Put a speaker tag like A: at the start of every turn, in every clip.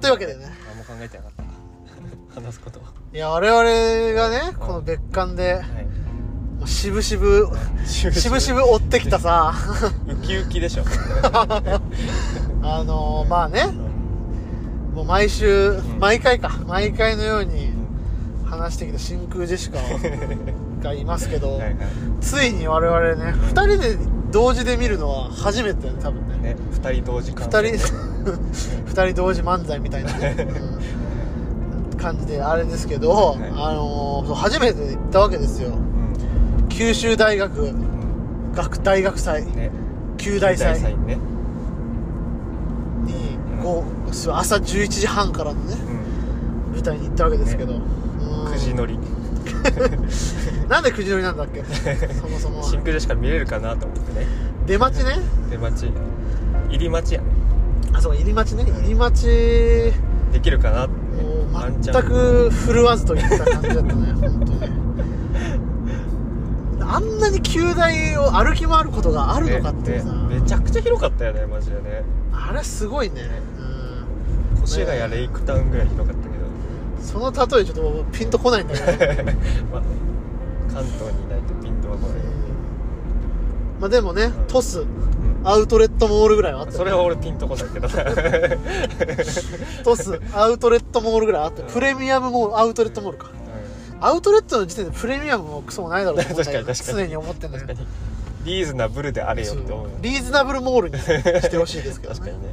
A: というわけでね
B: 何も考えてなかっ た話すことはい
A: や我々がねこの別館で
B: い
A: もう渋々
B: 渋
A: 渋々追ってきた さ
B: ウキウキでし ょ
A: あのー、まあねもう毎週
B: ん
A: 毎回か毎回のように
B: うん
A: 話してきた真空ジェシカがいますけど、
B: はいは
A: ついに我々ね2人で同時で見るのは初めてだね多分
B: い
A: ね
B: ね二人同時間
A: 2人 二人同時漫才み たいな、ねうん感じであれですけど、
B: い
A: あのーそう初めて行ったわけですよ
B: うん
A: 九州大学
B: うん
A: 学大学祭
B: ね
A: 九大祭
B: 九ね
A: に
B: うん
A: こうす朝11時半からのね
B: うん
A: 舞台に行ったわけですけど、
B: ね
A: うん
B: くじ乗り
A: なんでくじ乗りなんだっ けそもそもは
B: 真空でしか見れるかなと思ってね
A: 出待ちね
B: 出待ち入り待ちやね
A: あそう入り待ちね入り待ち
B: できるかなってね
A: も
B: ワ
A: う
B: ンチ
A: 全
B: ャン
A: く振るわずといった感じだったね本当にあんなに旧大を歩き回ることがあるのかっていうさ、
B: ねねめちゃくちゃ広かったよねマジでね
A: あれすごいね
B: 越谷レイクタウンぐらい広かったけど
A: うんその例えちょっとピンとこないんだ けど
B: まあ関東にいないとピントはこれ、
A: まあでもね、
B: ん
A: トスアウトレットモールぐらいはあったよね
B: それは俺ピンとこない けど
A: トスアウトレットモールぐらいあって
B: うん
A: プレミアムモールアウトレットモールか、アウトレットの時点でプレミアムもクソもないだろうと思ったよ
B: 確かに確かに
A: 常に思ってんだ
B: 確
A: け
B: か
A: ど
B: にリーズナブルであれよ
A: そ
B: っ
A: う
B: て思うよね
A: リーズナブルモールにしてほしいですけど
B: 確か
A: ね
B: にね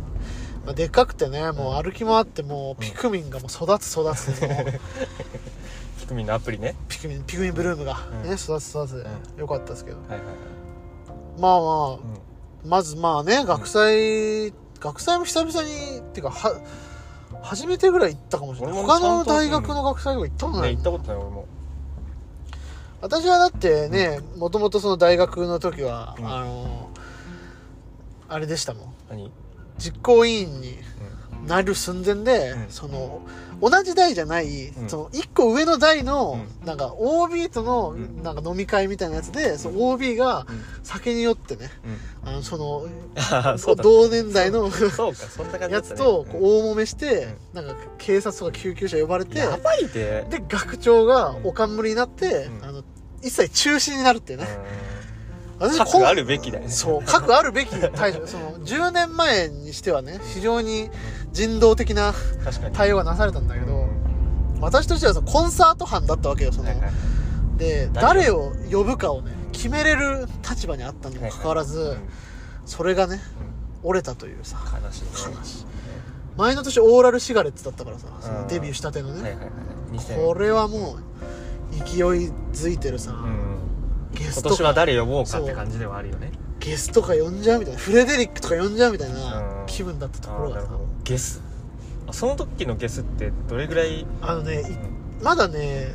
A: まあ、でっかくてねもう歩き回ってもうピクミンがもう育つ育つ、もう
B: ピクミンのアプリね
A: ピクミンピクミンブルームが、
B: うん
A: ね、育つ育つで、よかったですけど
B: はいはいはい、
A: まあまあ、
B: うん
A: まずまあね学祭、学祭も久々にっていうかは初めてぐらい行ったかもしれない
B: 俺も
A: 他
B: ちゃ
A: の
B: んと
A: 大学の学祭とか行ったことな
B: ね
A: い、
B: 行ったことない俺も
A: 私はだってねもともとその大学の時は、
B: うん
A: あのあれでしたもん
B: 何、うん
A: 実行委員になる寸前で、
B: うん
A: その同じ代じゃない、
B: うん
A: その1個上の代の、
B: う
A: なんか OB との、
B: うん
A: なんか飲み会みたいなやつで、その OB が
B: うん
A: 酒に酔ってね
B: うん、
A: あのその
B: ああ そうだ
A: 同年代の
B: そうかそんな感じだ
A: や
B: った、
A: つ
B: ね、
A: とこ
B: うん
A: う大揉めして、なんか警察とか救急車呼ばれて
B: やばいで
A: で学長が
B: うん
A: お冠になって、
B: うん
A: あの一切中止になるっていうね、
B: うん
A: 私こ
B: 核
A: う
B: あるべきだよね
A: そう核あるべき対処その10年前にしてはね非常に人道的な
B: 確かに
A: 対応がなされたんだけど、私としてはそのコンサート班だったわけよその、
B: はいはい
A: で誰
B: 誰
A: を呼ぶかをね決めれる立場にあったにもかかわらず、
B: うん
A: それがね
B: う
A: 折れたというさ
B: ん悲しいね
A: 話前の年オーラルシガレッツだったからさそ
B: うん
A: のデビューしたてのね、
B: はいはいはい2000
A: これはもう勢いづいてるさ、
B: うん
A: ゲス
B: 今
A: ト
B: 年は
A: か
B: 誰呼ぼうかって感じではあるよね
A: ゲストか呼んじゃうみたいなフレデリックとか呼んじゃうみたいな
B: うん
A: 気分だったと
B: あ
A: ころ
B: ーな
A: が
B: る
A: さ
B: ほどゲスあその時のゲスってどれぐらい
A: あのねいまだね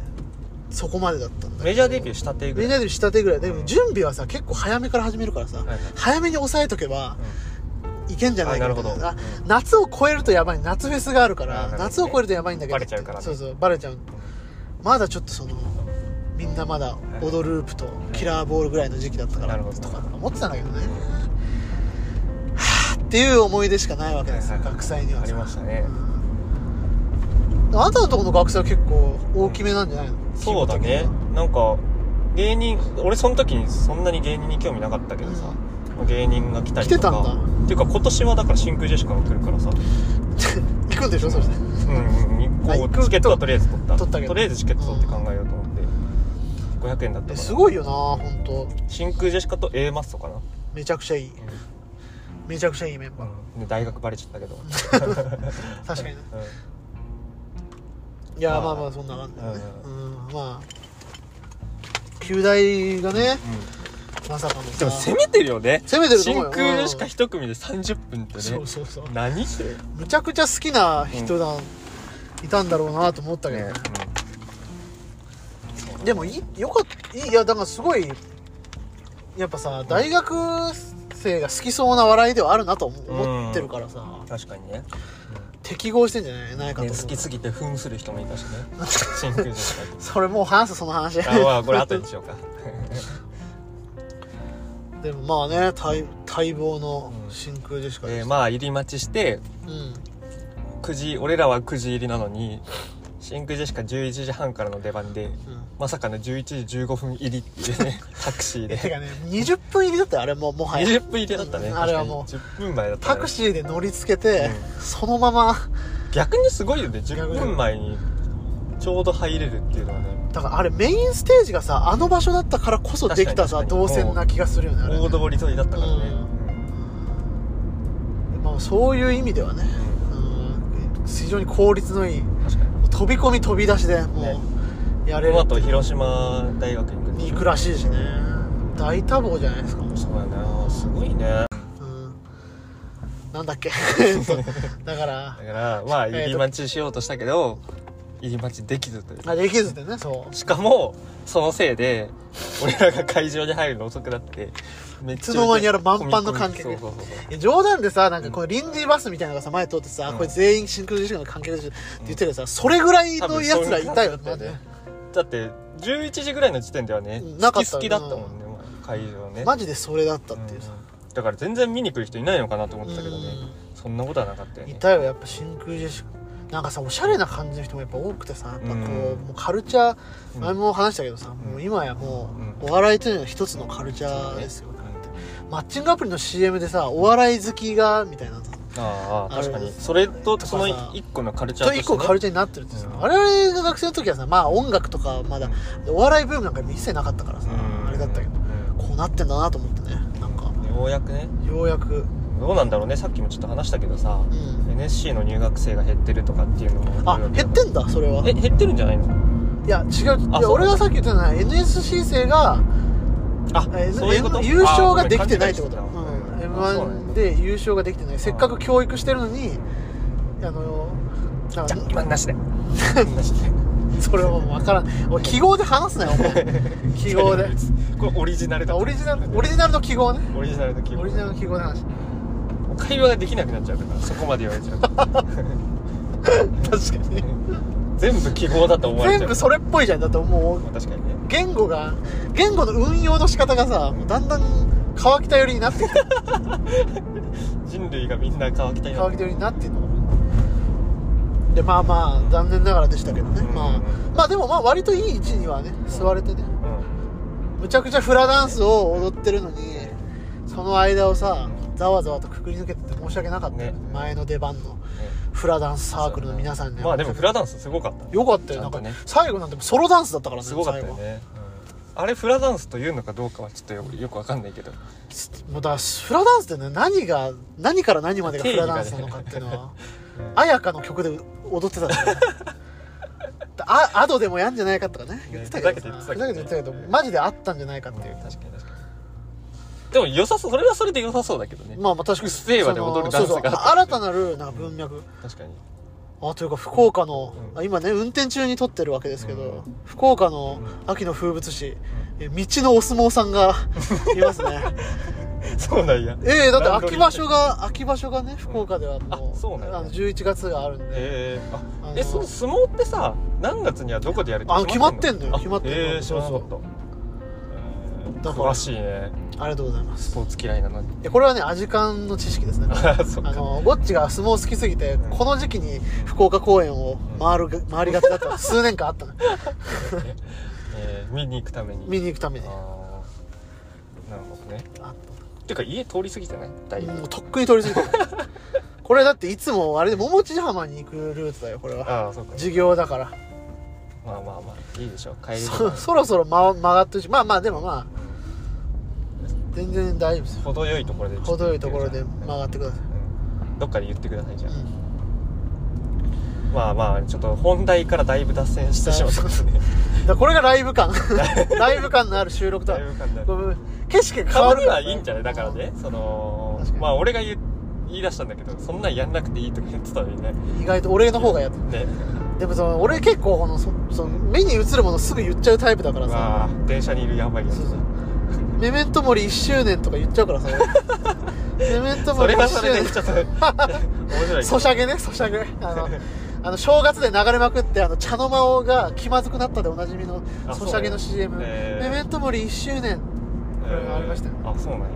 A: そこまでだったんだけど
B: メジャーデビューしたてぐ
A: メジャー
B: ら
A: デビ
B: い
A: ューしたてぐらいで
B: う
A: も
B: ん
A: 準備はさ結構早めから始めるからさ、
B: はいはい
A: 早めに抑えとけばいけんじゃないか
B: あなるほど
A: みたいな
B: う
A: 夏を超えるとやばい夏フェスがあるか
B: あな
A: ら
B: るほどね
A: 夏を超えるとやばいんだけど
B: バレちゃうからね
A: そうそうバレちゃうまだちょっとそのみんなまだ
B: い
A: 踊るループとキラーボールぐらいの時期だったから
B: なるほど
A: とか思ってたんだけどねはぁっていう思い出しかないわけですよ
B: はいはい
A: 学祭には
B: あり
A: さ
B: ましたね
A: うんあなたのところの学祭は結構大きめなんじゃないの
B: そうだねなんか芸人俺その時にそんなに芸人に興味なかったけどさ芸人が来たりと
A: 来て
B: か
A: たん
B: っていうか今年はだから真空ジェシカが来るから さ
A: 行くんでしょそして
B: うんうん
A: あ
B: こ
A: 行
B: う
A: く
B: チケットはとりあえず取った
A: 取ったけど
B: とりあえずチケット取って考えようと思って500円だった
A: え
B: か
A: す
B: ら
A: ごいよな本当
B: 真空ジェシカと A マッソかな
A: めちゃくちゃいいめちゃくちゃいいメンバー
B: で大学バレちゃったけど
A: 確かにね
B: う
A: いや
B: まあ
A: まあまあそんな感じだねう
B: うん
A: まあ旧大がね
B: ん
A: まさかの
B: で
A: さ
B: も攻めてるよね
A: 攻めてると思うよ
B: 真空ジェシカ一組で30分ってね
A: そうそうそう
B: 何ってね
A: むちゃくちゃ好きな人だいたんだろうなと思ったけどねでもいいよかったいいいやだからすごいやっぱさ大学生が好きそうな笑いではあるなと思思ってるからさ
B: 確かにね
A: 適合してんじゃないないか
B: ね
A: と
B: 好
A: 思う
B: きすぎて扮する人もい たしね真空ジェシ
A: それもう話すその話
B: カあまあこれ後にしよ うか
A: でもまあね待待望の
B: うん
A: 真空ジェシカで
B: えー
A: した、
B: まあ入り待ちして
A: うん
B: 9時俺らは9時入りなのに新9時しか11時半からの出番で
A: うん
B: まさかの11時15分入りっていう ねタクシー
A: て
B: で
A: かね20分入りだったよあれもうもはや
B: 20分入りだったね
A: うんあれはもう
B: 確かに10分前だった、ね、
A: タクシーで乗りつけて、
B: う
A: そのまま
B: 逆にすごいよね
A: 逆
B: 10
A: に
B: 分前にちょうど入れるっていうのはね
A: だからあれメインステージがさあの場所だったからこそできたさ
B: 確かに
A: 動
B: 確かに
A: 線な気がするよねあれね
B: 大通り沿いだったからね、
A: うん
B: うん
A: まあ、そういう意味ではね、うん、非常に効率のいい
B: 確かに
A: 飛び込み飛び出しでもう、
B: ね
A: や
B: こ
A: れる
B: の後広島大学に行く
A: に行くらしいしね大多忙じゃないですかもう、
B: そうだねすごいねだ
A: うん、なん だっけえっとだから
B: からまあ
A: えーと
B: 入り待ちしようとしたけど入り待ちできずという
A: あできずでねそう
B: しかもそのせいで俺らが会場に入るの遅くなってめっちゃ
A: いつの間にやら満帆の観客
B: そうそうそう
A: え冗談でさなんかこの臨時バスみたいなのがさ前通ってさ、
B: うん
A: これ全員真空ジェシカの関係ですって言ってるけどさそれぐらいのやつらいたよ
B: 多分そういう感じだったよ
A: ね
B: ねだって11時ぐらいの時点ではね
A: なか
B: 好
A: っ
B: き
A: た
B: 好きだったもんねもう会場ね
A: マジでそれだったっていうさ、
B: うんだから全然見に来る人いないのかなと思ってたけどねそんなことはなかったよ
A: い
B: ね
A: たよやっぱ真空ジェシカなんかさおしゃれな感じの人もやっぱ多くてさやっぱこう,、
B: うん
A: もうカルチャー
B: うん
A: 前も話したけどさ、もう今やもう、
B: うん
A: お笑いというのは一つのカルチャーですよ、
B: うん
A: マッチングアプリの CM でさお笑い好きがみたいなの
B: ああ
A: あれ
B: 確かにそれと
A: さ
B: その一個のカルチャー
A: と
B: としてね
A: 一個カルチャーになってるってさ、
B: うん
A: 我々が学生の時はさまあ音楽とかまだ、お笑いブームなんか一切なかったからさ、
B: うん
A: あれだったけどこうなってんだなと思ってねなんか
B: うんようやくね
A: ようやく
B: どうなんだろうねさっきもちょっと話したけどさ
A: うん
B: NSC の入学生が減ってるとかっていうのも
A: あ減ってんだそれは
B: え減ってるんじゃないの
A: いや違うい
B: あ
A: や
B: そう
A: 俺がさっき言ったのは NSC 生が
B: あ
A: え
B: そういうこと
A: え優勝
B: あ
A: が
B: ごめん
A: できてないってこと
B: 勘違いしてた
A: うん
B: あそうなん
A: m 1
B: だ
A: で優勝ができてないせっかく教育してるのにあのなん
B: じゃあ
A: か
B: 今な しでなしで
A: それはもう分からんおい記号で話すなよお前記号で
B: これオリジナルだ
A: オリジナルオリジナルの記号ね
B: オリジナルの気
A: オリジナルの記号で話
B: 会話ができなくなっちゃうからそこまで言われちゃうと
A: 確かに
B: 全部記号だと思われちゃ
A: 全
B: う
A: 部それっぽいじゃんだってもう
B: まあ確かにね
A: 言語が言語の運用の仕方がさもうだんだん川北寄りになってきて
B: 人類がみんな乾きたい
A: 川北寄りになってんのでまあまあ残念ながらでしたけどね、
B: うん
A: まあまあでもまあ割といい位置にはね座れてねむちゃくちゃフラダンスを踊ってるのにその間をさざわざわとくくり抜けてて申し訳なかったよ、
B: ね
A: 前の出番のフラダンスサークルの皆さんに、
B: まあでもフラダンスすごかったね
A: よかったよ
B: ち
A: な
B: ゃ
A: ん
B: ん
A: か
B: とね
A: 最後なんてソロダンスだったからね
B: すごかったよね、うんあれフラダンスというのかどうかはちょっとよよくわかんないけど
A: 最後もうだからフラダンスってね何が何から何までがフラダンスなのかっていうのは綾香、の曲で踊ってたんだ よねあアドでもやんじゃないかとかね言ってたけどさふ
B: ふ
A: ざ
B: ざ
A: けて言
B: けて言
A: っ
B: ってて
A: たけ
B: たけど
A: どマジであったんじゃないかっていう、
B: 確かに確かにでも良さそうそれはそれで良さそうだけどね、
A: まあまあ確かに
B: スペイワで踊るダンスがあった
A: そのそうそう新たなるなんか文脈、
B: 確かに
A: あというか福岡の、
B: うん
A: あ今ね運転中に撮ってるわけですけど、
B: うん
A: 福岡の秋の風物詩、え道のお相撲さんがいますね
B: そうなんや
A: ええだって
B: ランド
A: 秋
B: リー
A: 場所が秋場所がね福岡ではもう,、
B: あそうなんだ
A: の11月があるんで
B: えー、あ
A: あの
B: えその相撲ってさ何月にはどこでやる
A: あ決まってんのよ
B: あ
A: 決まってんの
B: えー、知らなかったえー
A: だから
B: 詳しいね
A: ありがとうございます
B: スポーツ嫌いなのに
A: いやこれはねアジカンの知識ですね
B: あ そっ
A: あ
B: か
A: のゴッチが相撲好きすぎて、
B: うん
A: この時期に福岡公園を回るが回りがちだった の数年間あったの
B: えー、見に行くために
A: 見に行くために
B: あーなるほどね
A: あっ
B: ってか家通り過ぎてないだいぶ、
A: もうとっくに通り過ぎたこれだっていつもあれで桃地浜に行くルートだよこれは
B: ああそうか
A: 授業だから
B: まあまあまあいいでしょう帰りと
A: そ
B: か
A: そろそろ、ま、曲がってるしまあまあでもまあ
B: う
A: 全然大丈夫です
B: ん
A: よ
B: 程よいところでちょっ
A: 程よいところで
B: 言って
A: 曲
B: ください
A: がってください、
B: うんどっかで言ってくださいじゃあ、
A: うん
B: まあまあちょっと本題からだいぶ脱線してしまったですね
A: だからこれがライブ感 ライブ感のある収録とは
B: だいぶ感じ
A: ごめん景色が変
B: 変
A: わ
B: わ
A: る
B: り
A: から、
B: はいいんじゃないだからねその
A: 確かに
B: まあ俺が言う言い出したんだけどそんなんやんなくていいとか言ってたの にね
A: 意外と俺の方がやってる
B: ね
A: でもその俺結構このそその目に映るものすぐ言っちゃうタイプだからさ
B: まあ電車にいるやばいやつ
A: そうそうメメントモリ1周年とか言っちゃうからさ俺メメントモ
B: そ
A: リ
B: れ
A: 1
B: はそ
A: 周
B: れ
A: 年
B: でちょっと面白いけど
A: ソシャゲねソシャゲあのあの正月で流れまくってあの茶の間をが気まずくなったでおなじみの
B: あ
A: ソシャゲの
B: そう
A: CM「
B: えー
A: メメントモリ1周年」これがありましたよ
B: えーあそうなんや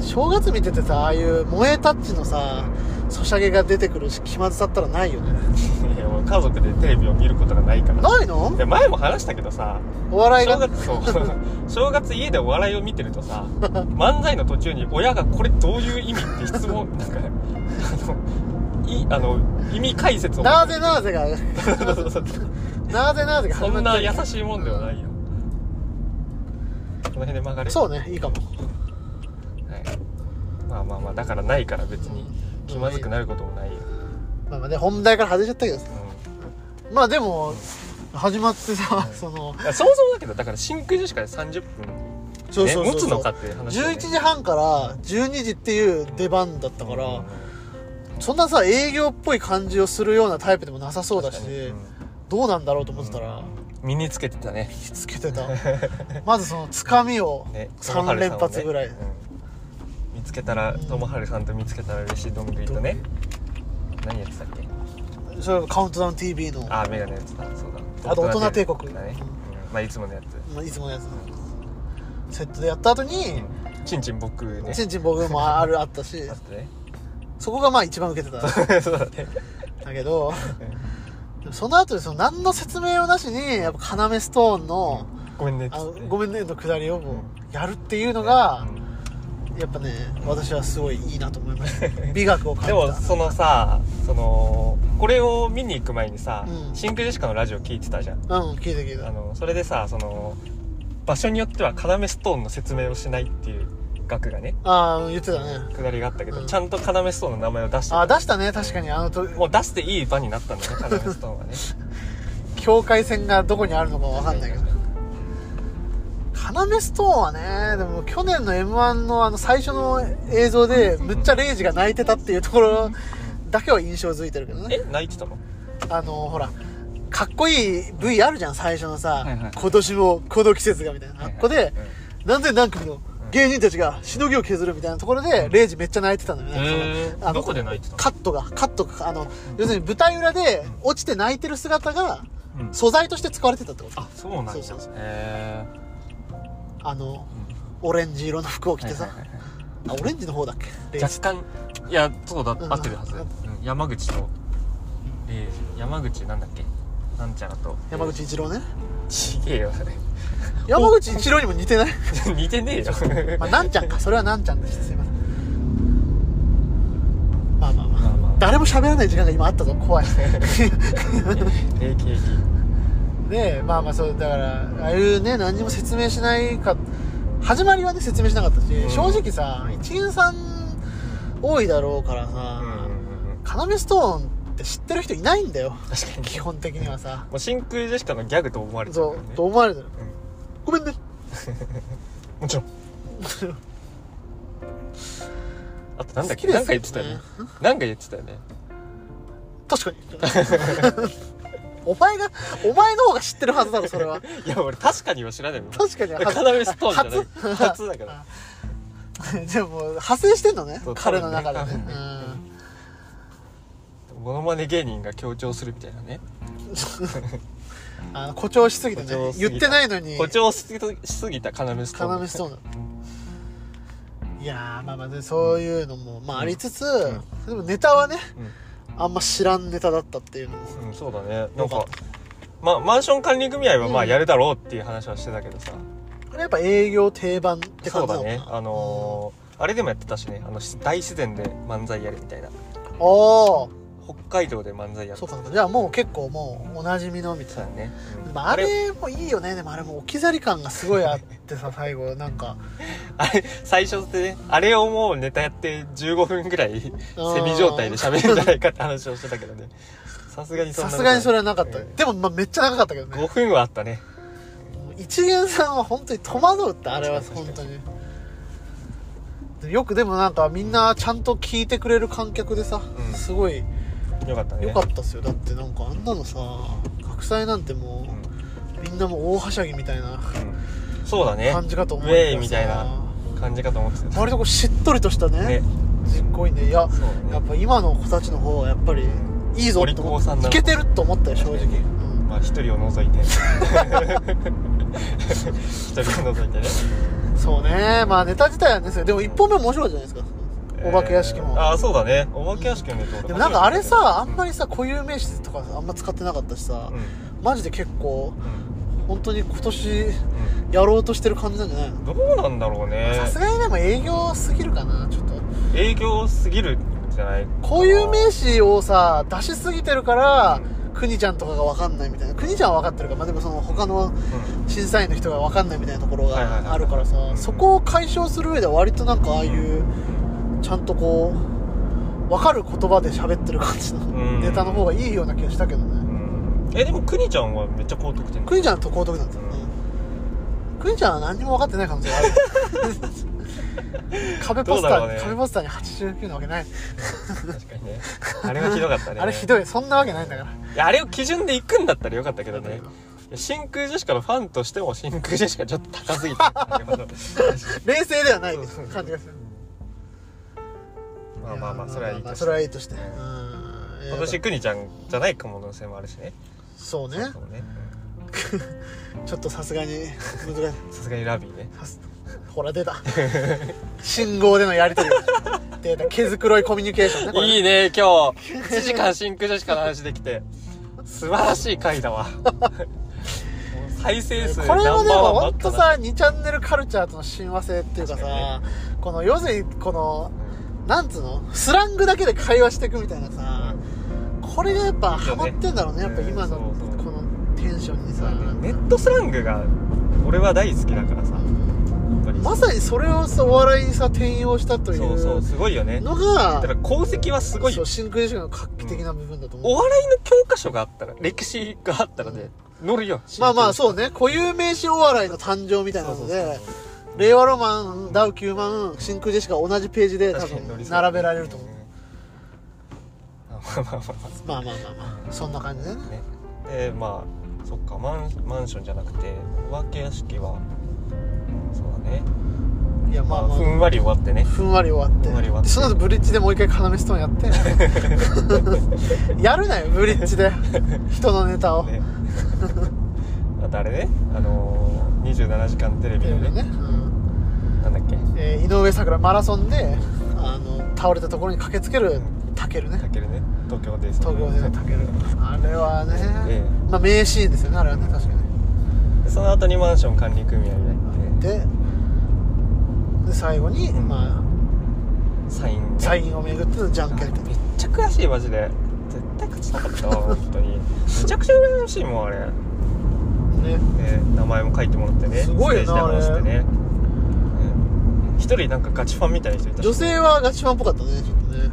A: 正月見ててさああいう萌えタッチのさソシャゲが出てくるし気まずさったらないよね
B: いや俺家族でテレビを見ることがないから
A: ないの
B: いや前も話したけどさ
A: お笑い
B: 正
A: が
B: 月そう 正月家でお笑いを見てると さ漫才の途中に親が「これどういう意味?」って質問なんかあのいあの意味解説を
A: なぜなぜが
B: そうそうそう
A: なぜなぜが
B: そん
A: 始まっ
B: な
A: てる
B: 優しいもんではないよこの辺で曲がれ
A: そうねいいかも
B: はい、まあまあまあだからないから別に気まずくなることもないよ、
A: まあまあね本題から外れちゃったけどさ
B: う
A: まあでも始まってさその
B: ん、想像だけどだから真空ジェシカで30分
A: そう
B: ね
A: そう
B: 持
A: そう
B: つの
A: そ
B: か
A: う
B: っていう話をね、
A: 11時半から12時っていう出番だったか
B: うん
A: らそんなさ営業っぽい感じをするようなタイプでもなさそうだし
B: 確かにうん
A: どうなんだろうと思ってたら
B: 身につけてたね
A: 火つけてたまずそのつかみを
B: ね友
A: 3
B: 春さんをね
A: 連発ぐらい
B: うん見つけたら
A: うん
B: 友春さんと見つけたら嬉しいどんぐりとね何やってたっけ
A: それがカウントダウン TV の
B: ああメガネやってたそうだ
A: あと大人帝国
B: だね、うんまあいつものやつ
A: まあいつものやつセットでやった後に
B: ちんちん僕ね
A: ちんちん僕もあるあった し
B: あってね
A: そこがまあ一番受けてた
B: そうだね
A: だけど、でもその後でその何の説明をなしに、やっぱ要ストーンの、
B: ごめんねっつ
A: あの
B: ってね
A: ごめんねのくだりをもうやるっていうのが、やっぱね、私はすごいいいなと思いました。美学を
B: で
A: 感
B: も
A: じ
B: そのさそのこれを見に行く前にさ、
A: うん
B: 真空ジェシカのラジオ聞いてたじゃん
A: た。うん、聞いた聞い
B: あ
A: た。
B: のそれでさその場所によっては要ストーンの説明をしないっていう額がね
A: ああ、言ってたね。
B: くだりがあったけど、
A: うん
B: ちゃんと要ストーンの名前を出して
A: ああ、出したね、確かに。あのと、
B: もう出していい場になった んだね要ストーンはね
A: 境界線がどこにあるのかわかんないけど。要ストーンはね、でも去年の M1 のあの最初の映像で、むっちゃレイジが泣いてたっていうところだけは印象づいてるけどね。
B: え泣いてたの
A: あのほらかっこいい V あるじゃん最初のさ、
B: はいはい
A: 今年もこの季節がみたいな、あっこで、何千何組の芸人たちがしのぎを削るみたいなところで、レイジめっちゃ泣いてたんだよ
B: うん
A: ね、
B: へ
A: その
B: ーどこで泣いてたの
A: カットがカットがあの、要するに舞台裏で落ちて泣いてる姿が
B: うん
A: 素材として使われてたってこと、
B: あそうなんだ
A: そうそうそ
B: へー
A: あのオレンジ色の服を着てさ、
B: はいはいはいはい
A: あオレンジの方だっけレイジ
B: 若干いやそうだ
A: うん
B: 合ってるはず、うん山口とレイジ山口なんだっけなんちゃらと
A: 山口一郎ね
B: ちげえよそれ
A: 山口一郎にも似てない、
B: 似 てねえよ
A: まあ、なんちゃ んかそれはなんちゃんでしたすいませんまあまあまあ
B: まあまあ
A: 誰も喋らない時間が今あったぞ 怖い
B: 霊系
A: でまあまあそうだからああいうね何にも説明しないか始まりはね説明しなかったし、
B: うん
A: 正直さ一元さん多いだろうから
B: うんうん
A: さ
B: うんうん
A: 要、ストーンって知ってる人いないんだよ
B: 確かに
A: 基本的にはさ
B: もう真空ジェシカのギャグと思われてる
A: そ
B: から
A: う
B: ね
A: と思われてる
B: うん
A: ごめんね
B: もちろんあとなんだっけ、
A: 好きですね
B: なんか言ってたよねなんか言ってたよね
A: 確かにお前がお前の方が知ってるはずだろそれはい
B: や俺確かには知らないもん
A: 確かに
B: カナメストーンじゃない
A: 初
B: 初だから
A: でも派生してんのね
B: そう
A: 彼の中で
B: 多
A: ね
B: 分ねモノマネ芸人が強調するみたいなね
A: うんあの誇張しすぎてね
B: 誇張しすぎた
A: 言ってないのに
B: 誇張しすぎたカナメストーン
A: 要ストーンだいやーまあまあねそういうのもまあありつつ、でもネタはね、あんま知らんネタだったっていうのも
B: うん、そうだねな
A: よ
B: ん
A: か
B: か
A: っ
B: まあマンション管理組合はま
A: う
B: あ
A: ん
B: やるだろうっていう話はしてたけどさ、
A: これやっぱ営業定番って
B: そ
A: 感
B: う
A: じな
B: だ
A: のかな
B: ねあのーあれでもやってたしねあのし大自然で漫才やるみたいな
A: うんおお
B: 北海道で漫才やる
A: そう
B: み
A: かそ
B: たいうな
A: かじゃあもう結構もうおなじみのみ
B: そ
A: た
B: う
A: い
B: だ
A: な
B: ね、うん
A: まあ、あれもいいよねでもあれも置き去り感がすごいあって さ最後なんか
B: あれ最初ってねあれをもうネタやって15分ぐらいセミ状態で喋るんじゃないかって話をしてたけどねさすがにそん
A: さ
B: な
A: すがにそれはなかった、
B: うん
A: でもまあめっちゃ長かったけどね
B: 5分はあったね
A: 一元さんは本当に戸惑うってあれは本当にでよくでもなんかみんなちゃんと聞いてくれる観客でさ、
B: うん
A: すごい
B: よかったね
A: 良かったっすよだってなんかあんなのさ学祭なんても
B: う
A: う
B: ん
A: みんなもう大はしゃぎみたいな
B: うんそうだね
A: 感じかと思う
B: ウェイみたいな感じかと思ってた
A: 割とこうしっとりとしたね
B: ね
A: すっごいねいや
B: そう
A: や
B: だ
A: っ
B: ね
A: ぱ今の子たちの方はやっぱりいいぞって
B: お利
A: 思
B: 口さんだ
A: い
B: な
A: けてると思ったよ正直、うん
B: まあ一人を除いて一人を除いてね
A: そうねまあネタ自体はねでも1本目面白いじゃないですか お化け屋敷も
B: ああそうだねお化け屋敷もね
A: でもなんかあれさあんま
B: り
A: りさ固有名詞とかあんま使ってなかったしさ
B: うんうん
A: マジで結構本当に今年
B: う
A: やろうとしてる感じなんじゃないの
B: んどうなんだろうね
A: さすがにでも営業すぎるかなちょっと
B: 営業すぎるんじゃない
A: こういう名詞をさ出しすぎてるからくにちゃんとかが分かんないみたいなくにちゃんは分かってるから、まあ、でもその他の審査員の人が分かんないみたいなところ
B: はいはいはいは
A: が
B: い
A: あるから
B: うん
A: さそこを解消する上では割となんかああいうちゃんとこう分かる言葉で喋ってる感じの
B: うん
A: ネタの方がいいような気がしたけど
B: う
A: ね
B: んえでもくにちゃんはめっちゃ高得点
A: くにちゃんは高得点だったよねくにちゃんは何にも分かってない可能性 がある壁ポスタ
B: どうだろう
A: ー、
B: ね
A: 壁ポスターに89なわけない
B: 確かにねあれはひどかったね
A: あれひどいそんなわけないんだから
B: いやあれを基準で行くんだったらよかったけどねいや真空ジェシカのファンとしても真空ジェシカちょっと高すぎ たあれは
A: 冷静ではない
B: そうそう
A: 感じがする
B: まあまあまあそれはいいとし
A: そ
B: て
A: れはいいとして
B: うん
A: うん
B: 今年くにちゃんじゃない可能性もあるしね
A: そうね
B: そうかもね
A: ちょっとさすがに難しい
B: うんさすがにラビーね
A: さす ほら出 た信号でのやり取り出た毛づくろいコミュニケーションねこれね
B: いいね今日1時間真空ジェシカの話できて素晴らしい回だわもう再生数
A: これもで
B: ナンバー
A: も
B: ワンばっ
A: 本
B: か
A: 当
B: だ
A: さ2チャンネルカルチャーとの親和性っていうか
B: 確
A: さ
B: か
A: この要するにこのなんつうのスラングだけで会話していくみたいなさこれがやっぱ
B: いいよ
A: ハ
B: ね
A: マってんだろうねやっぱ今の
B: うんそうそう
A: このテンションにさ
B: うんネットスラングが俺は大好きだからさ本当に
A: まさにそれをさお笑いにさ転用したという
B: そうそうすごいよね
A: のが
B: だから功績はすごい
A: そ
B: よ
A: う真空ジェシカの画期的な部分だと思う、
B: お笑いの教科書があったら歴史があったらね、乗るよ
A: まあまあ
B: う
A: そうね固有名詞お笑いの誕生みたいなので令和ロマンダウ9万真空ジェシカ同じページで多分並べられると思うまあまあ
B: まあまあまあ
A: まあまあそんな感じでね
B: まあねでまあそっかマンマンションじゃなくてお化け屋敷はそうだね、
A: いやまあ
B: まあ、
A: ま
B: ふ
A: あ
B: んわり終わってね
A: ふんわり終わって
B: ふんわり終わって
A: その後ブリッジでもう一回要ストーンや ってやるなよブリッジで人のネタを、
B: ね あとあれねあのー、27時間テレビ
A: っていう
B: のね
A: ね、うん
B: なんだっけ
A: えー井上咲楽マラソンであの倒れたところに駆けつけるタケルね
B: たけるね東京です
A: 東京でねタケルあれはね、
B: え
A: まあ名シーンですよねあれはね確かに
B: でその後にマンション管理組合に行って
A: でで最後に、
B: うん
A: ま
B: サイ
A: あ、
B: ンね
A: サインをめぐってのじゃんけんと
B: めっちゃ悔しいマジで絶対勝ちたかったわ本当にめちゃくちゃ羨ましいもんあれ、
A: ね
B: ね名前も書いてもらってね
A: すごいよな
B: ステージで話してねうん一人なんかガチファンみたいな人いたし
A: 女性はガチファンっぽかったねちょっとね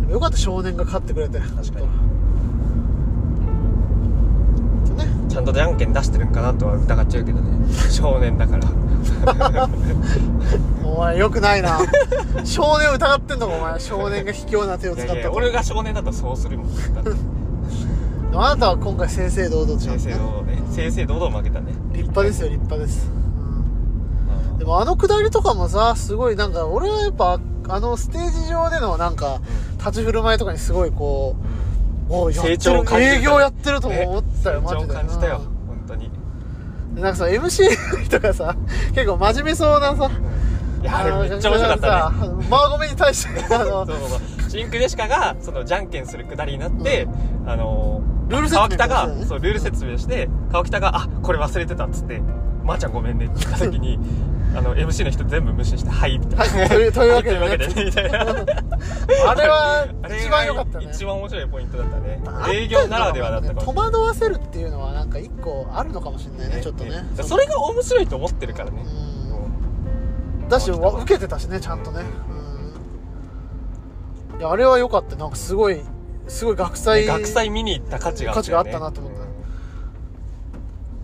A: でもよかった少年が勝ってくれて
B: 確か
A: ちょっとね
B: にちゃんとじゃんけん出してるんかなとは疑っちゃうけどね 少年だから
A: お前よくないな 少年を疑ってんのかお前少年が卑怯な手を
B: い
A: 使っ
B: や
A: た
B: い
A: と
B: や俺が少年だったらそうするもんだって
A: でもあなたは今回正々堂々としま
B: 正
A: すね
B: 々 堂々ね正々堂々負けたね
A: 立派ですよ立派です、うん
B: うん
A: でもあのくだりとかもさすごいなんか俺はやっぱあのステージ上でのなんか立ち振る舞いとかにすごいこうおうやってる
B: 成長を感じる
A: 営業やってると思ったよ、
B: ね
A: マジ
B: 成長
A: で
B: を感じたよ本当に
A: でなんかさ MC の人がさ結構真面目そうなさ
B: いやあれめっちゃ面白かったね
A: ねマーゴメに対してあの
B: そうそうそうシンクジェシカがそのじゃんけんするくだりになって、あの
A: ルール説明
B: 川北
A: からですよね
B: がそうルール説明して川北が「あこれ忘れてた」っつって「まー、ちゃんごめんね」って言った時にあの MC の人全部無視して「はい」みたいな、
A: はいと いうというわけでね
B: はというわけでみたいな
A: あれは
B: あれが
A: 一番良かったね
B: 一番面白いポイントだったね
A: あったんだろうね
B: 営業ならではだったかもしれ
A: 戸
B: ない
A: 惑わせるっていうのはなんか一個あるのかもしれないねちょっとね
B: ねそれが面白いと思ってるからね、
A: うん
B: も
A: だしわ受けてたしねちゃんとねうんいやあれは良かったなんかすごいすごい学
B: う
A: 祭
B: 学祭見に行った価値があっ
A: 価値
B: たよね、
A: があったなと思った
B: うん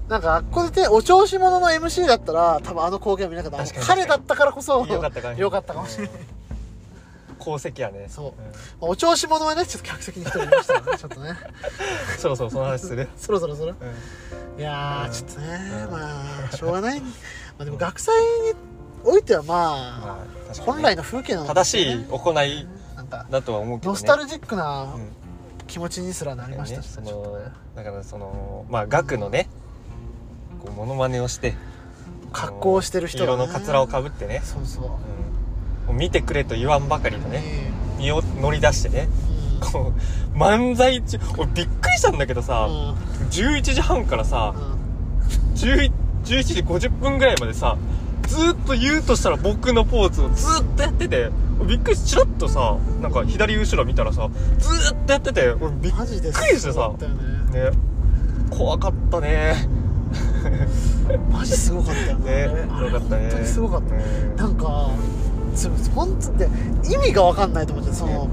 A: なんかあっこでてお調子者の MC だったら多分あの光景は見なかった
B: 確かに
A: 彼だったからこそ
B: よかったか
A: 良かったかもしれない、
B: 功績やね
A: そうんまあお調子者はねちょっと客席に一人いましたからねちょっとね
B: そろそろその話する
A: そろそろそろ
B: うん
A: いやー、ちょっとね、
B: うん
A: まあしょうがないまあでも学祭においてはまあ、
B: まあ確かにね
A: 本来の風景なのかも
B: 正
A: れ
B: し
A: ない
B: 行い
A: なんか
B: だとは思うけど、ね、
A: ノスタルジックな
B: うん
A: 気持ちにすらなりましたし、
B: そ
A: ちょっと
B: の
A: ね
B: だからそのまあ額のねこうモノマネをして
A: 格好をしてる人
B: が、
A: がね
B: ね、色のカツラをかぶってね、
A: そうそう
B: うん、見てくれと言わんばかりのね、
A: え
B: 身を乗り出してね、
A: え
B: こう、漫才中、俺びっくりしたんだけど
A: う
B: さ、
A: ん
B: 11時半からさ、11 11時50分ぐらいまでさ、ずーっと言うとしたら僕のポーズをずーっとやってて、びっくりし、チラッとさ、なんか左後ろ見たらさ、ずーっとやってて、俺び
A: う
B: っ
A: んマジで
B: くりしてさ
A: そうだったよね
B: ね、怖かったね。
A: マジすごかったよね
B: ね、
A: あれ
B: よかったね。
A: 本当にすごかった
B: うん
A: なんかそう本当って意味が分かんないと思っちゃうその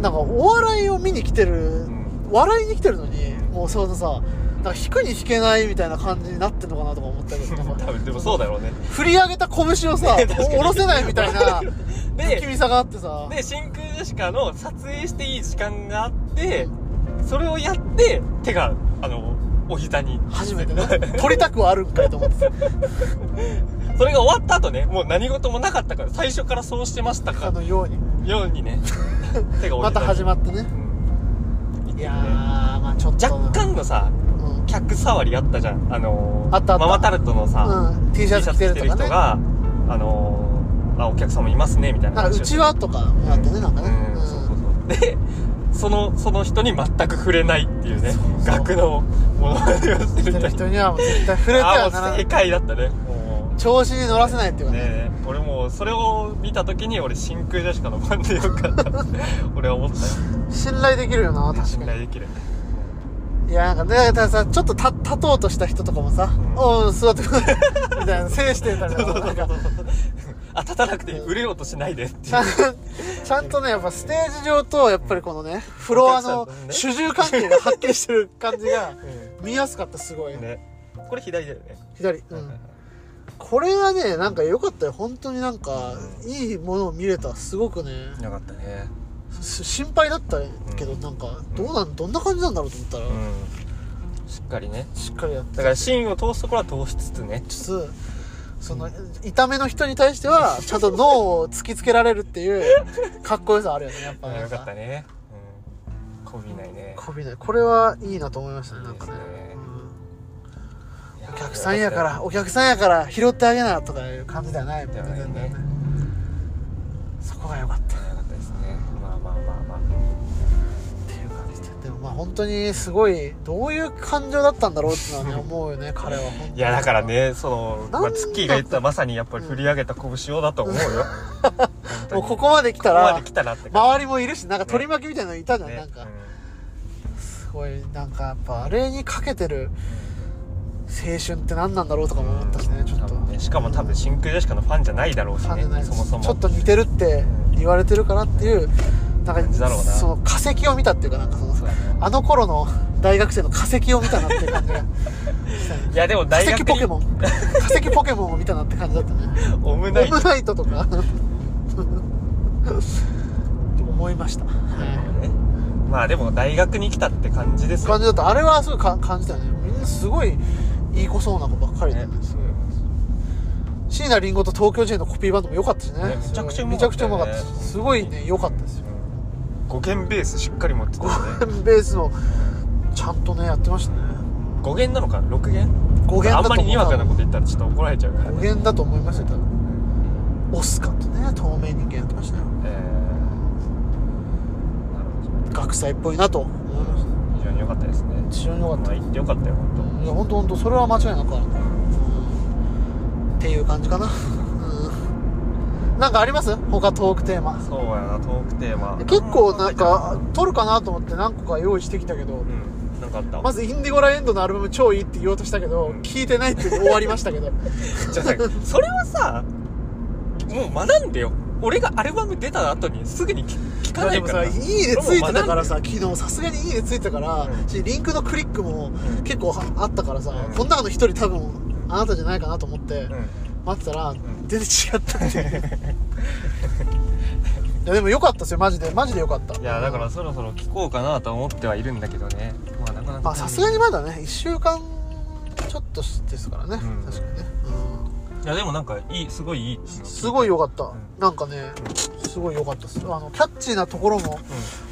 A: なんかお笑いを見に来てる、
B: ん
A: 笑いに来てるのにもうそのさなんか引くに引けないみたいな感じになってんのかなとか思ったけど
B: 多分でもそうだろうね。
A: 振り上げた拳をさ
B: 確かに
A: 下ろせないみたい な不気
B: で、
A: 味さがあってさ
B: で、真空ジェシカの撮影していい時間があって、それをやって、手が、あの、お膝に。
A: 初めてね撮りたくはあるんかいと思ってさ
B: それが終わった後ね、もう何事もなかったから、最初からそうしてました
A: か
B: か
A: のように
B: ように ね、手がお膝に。
A: また始
B: ま
A: まってねいやーまあちょっと
B: 若、干のさ、
A: うん
B: 客触りあったじゃん。あのー
A: あったあった
B: ママタルトのさ、
A: うん、T シャツ着てるとか
B: 人
A: ね
B: が、あのーあ、お客様いますね、みたいな
A: なんかう
B: 話を
A: ちわとかもあってねなんかね、
B: うんそうそうそう。で、その、その人に全く触れないっていうね、
A: そうそう
B: 額のものまねをして
A: 来てる
B: る人
A: 人にはもう絶対触れて
B: あ、
A: はな
B: もう
A: らな
B: 正
A: い
B: 解だったね。も
A: 調子に乗らせないっていう
B: う
A: か
B: ね
A: ね
B: え俺もうそれを見た時に俺真空ジェシカのファンでよかった 俺は思ったよ
A: 信頼できるよな確
B: 信
A: か
B: 頼
A: に
B: できる
A: いやなんかねだからさちょっとた立とうとした人とかもさ
B: ん
A: 「おう座ってく れ」みたいな制してたりと
B: そ
A: か
B: うそ
A: な
B: うんそ
A: か
B: うあ立たなくていい売れようとしないでってい
A: ちゃん
B: う
A: とちゃんとねやっぱステージ上とやっぱりこのねフロアの
B: お客さんとね
A: 主従関係がはっきりしてる感じが見やすかったすごい、
B: うんねこれ左だよね
A: 左、うん、これはねなんか良かったよ本当になんかいいものを見れたすごくね
B: よかったね
A: す心配だったけど
B: うん
A: なんかどうなんどんな感じなんだろうと思ったら
B: うんしっかりね
A: しっかりやって
B: だから芯を通すところは通しつつね
A: つつその痛めの人に対してはちゃんと脳を突きつけられるっていうかっこよさあるよねやっぱ
B: よ
A: なん
B: かったねうんこびないね
A: こびないこれはいいなと思いましたねなんかね
B: いいですね
A: うん
B: いや
A: お客さんやからお客さんやから拾ってあげなとかいう感じではないもんね
B: ではないね
A: 全然ねそこが良かったっ
B: よかったですねまあまあまあまあ
A: ていう感じででもまあ本当にすごいどういう感情だったんだろうっていうのはね思う よね彼は本当に
B: いやだからねその、
A: なん
B: まあ、ツッキーが言ったまさにやっぱり振り上げた拳をだと思うよ本 当
A: も
B: に
A: うここまで来
B: こ
A: た
B: こま
A: ら
B: で来たらって感
A: 周りもいるしなんか取り巻きみたいなのいたじ
B: じ
A: ゃん、
B: ね
A: なんか、
B: う
A: すごいなんかやっぱあれにかけてる青春って何なんだろうとかも思ったしねちょっ
B: 多
A: と、
B: 分ねしかも多分真空ジェシカのファンじゃないだろうし
A: ファン
B: ね
A: じゃない
B: そもそも
A: ちょっと似てるって言われてるかなっていうなん
B: 感じだ
A: か
B: ろうな
A: その化石を見たっていうかなんかそのあの頃の大学生の化石を見たなっていう感じが
B: いやでも
A: 化
B: 大学
A: 石
B: に
A: ポケモン化石ポケモンを見たなって感じだったね
B: オム
A: オ
B: ナイト
A: ムライトとか思いました、はい
B: ねまあでも大学に来たって感じですよ
A: 感じだったあれはすごいか感じたよねみんなすごいいい子そうな子ばっかりだよね
B: ね
A: 椎名林檎と東京 J のコピーバンドも良かったしね
B: ねめちゃくちゃうま
A: めち
B: か
A: ゃ
B: っ
A: くち
B: た
A: ゃう
B: よね
A: まかったしすごいね良かったですよ
B: うん五弦ベースしっかり持ってたしね
A: ベースもちゃんとねやってましたね
B: 五弦なのか六弦
A: 語源だ
B: あん
A: と
B: ま
A: 思う
B: りにわかなこと言ったらちょっと怒られちゃうか
A: 語
B: らね
A: 源だと思いましたよ多分オスカとね透明人間やってましたよ
B: えーなるほど
A: 学祭っぽいなと思いました
B: 非常に良かったですね
A: 非常に良かった
B: まあ行って良かったよ本
A: いや本当本当それは間違いなくある、うん、っていう感じかな、うん、なんかあります他トークテーマ
B: 当そうやなトークテーマ
A: 結構なんか取るかなと思って何個か用意してきたけど
B: うんなんかあった
A: まずインディゴラエンドのアルバム超いいって言おうとしたけど聞いてないって言って終わりましたけ ど
B: じゃ あさそれはさもう学んでよ俺がアルバム出た後にすぐに聞聞かない
A: も
B: か
A: さ「
B: ら
A: いいね」ついてたからさ
B: もう学んでよ
A: 昨日さすがに「いいね」ついてたから
B: うん
A: しリンクのクリックも
B: うん
A: 結構はあったからさ
B: うん
A: この中の一人多分あなたじゃないかなと思って待ってたら
B: ん
A: 全然違ったん でいやでも良かったですよマジでマジで良かった
B: うんいやだからそろそろ聞こうかなと思ってはいるんだけどねまあなかな
A: まあ
B: か
A: さすがにまだね1週間ちょっとですからね、
B: うん
A: 確かにね、
B: いやでもなんかいいすごいいい
A: うん、すごい良かった、
B: ん
A: なんかねすごい良かったですあのキャッチーなところも
B: う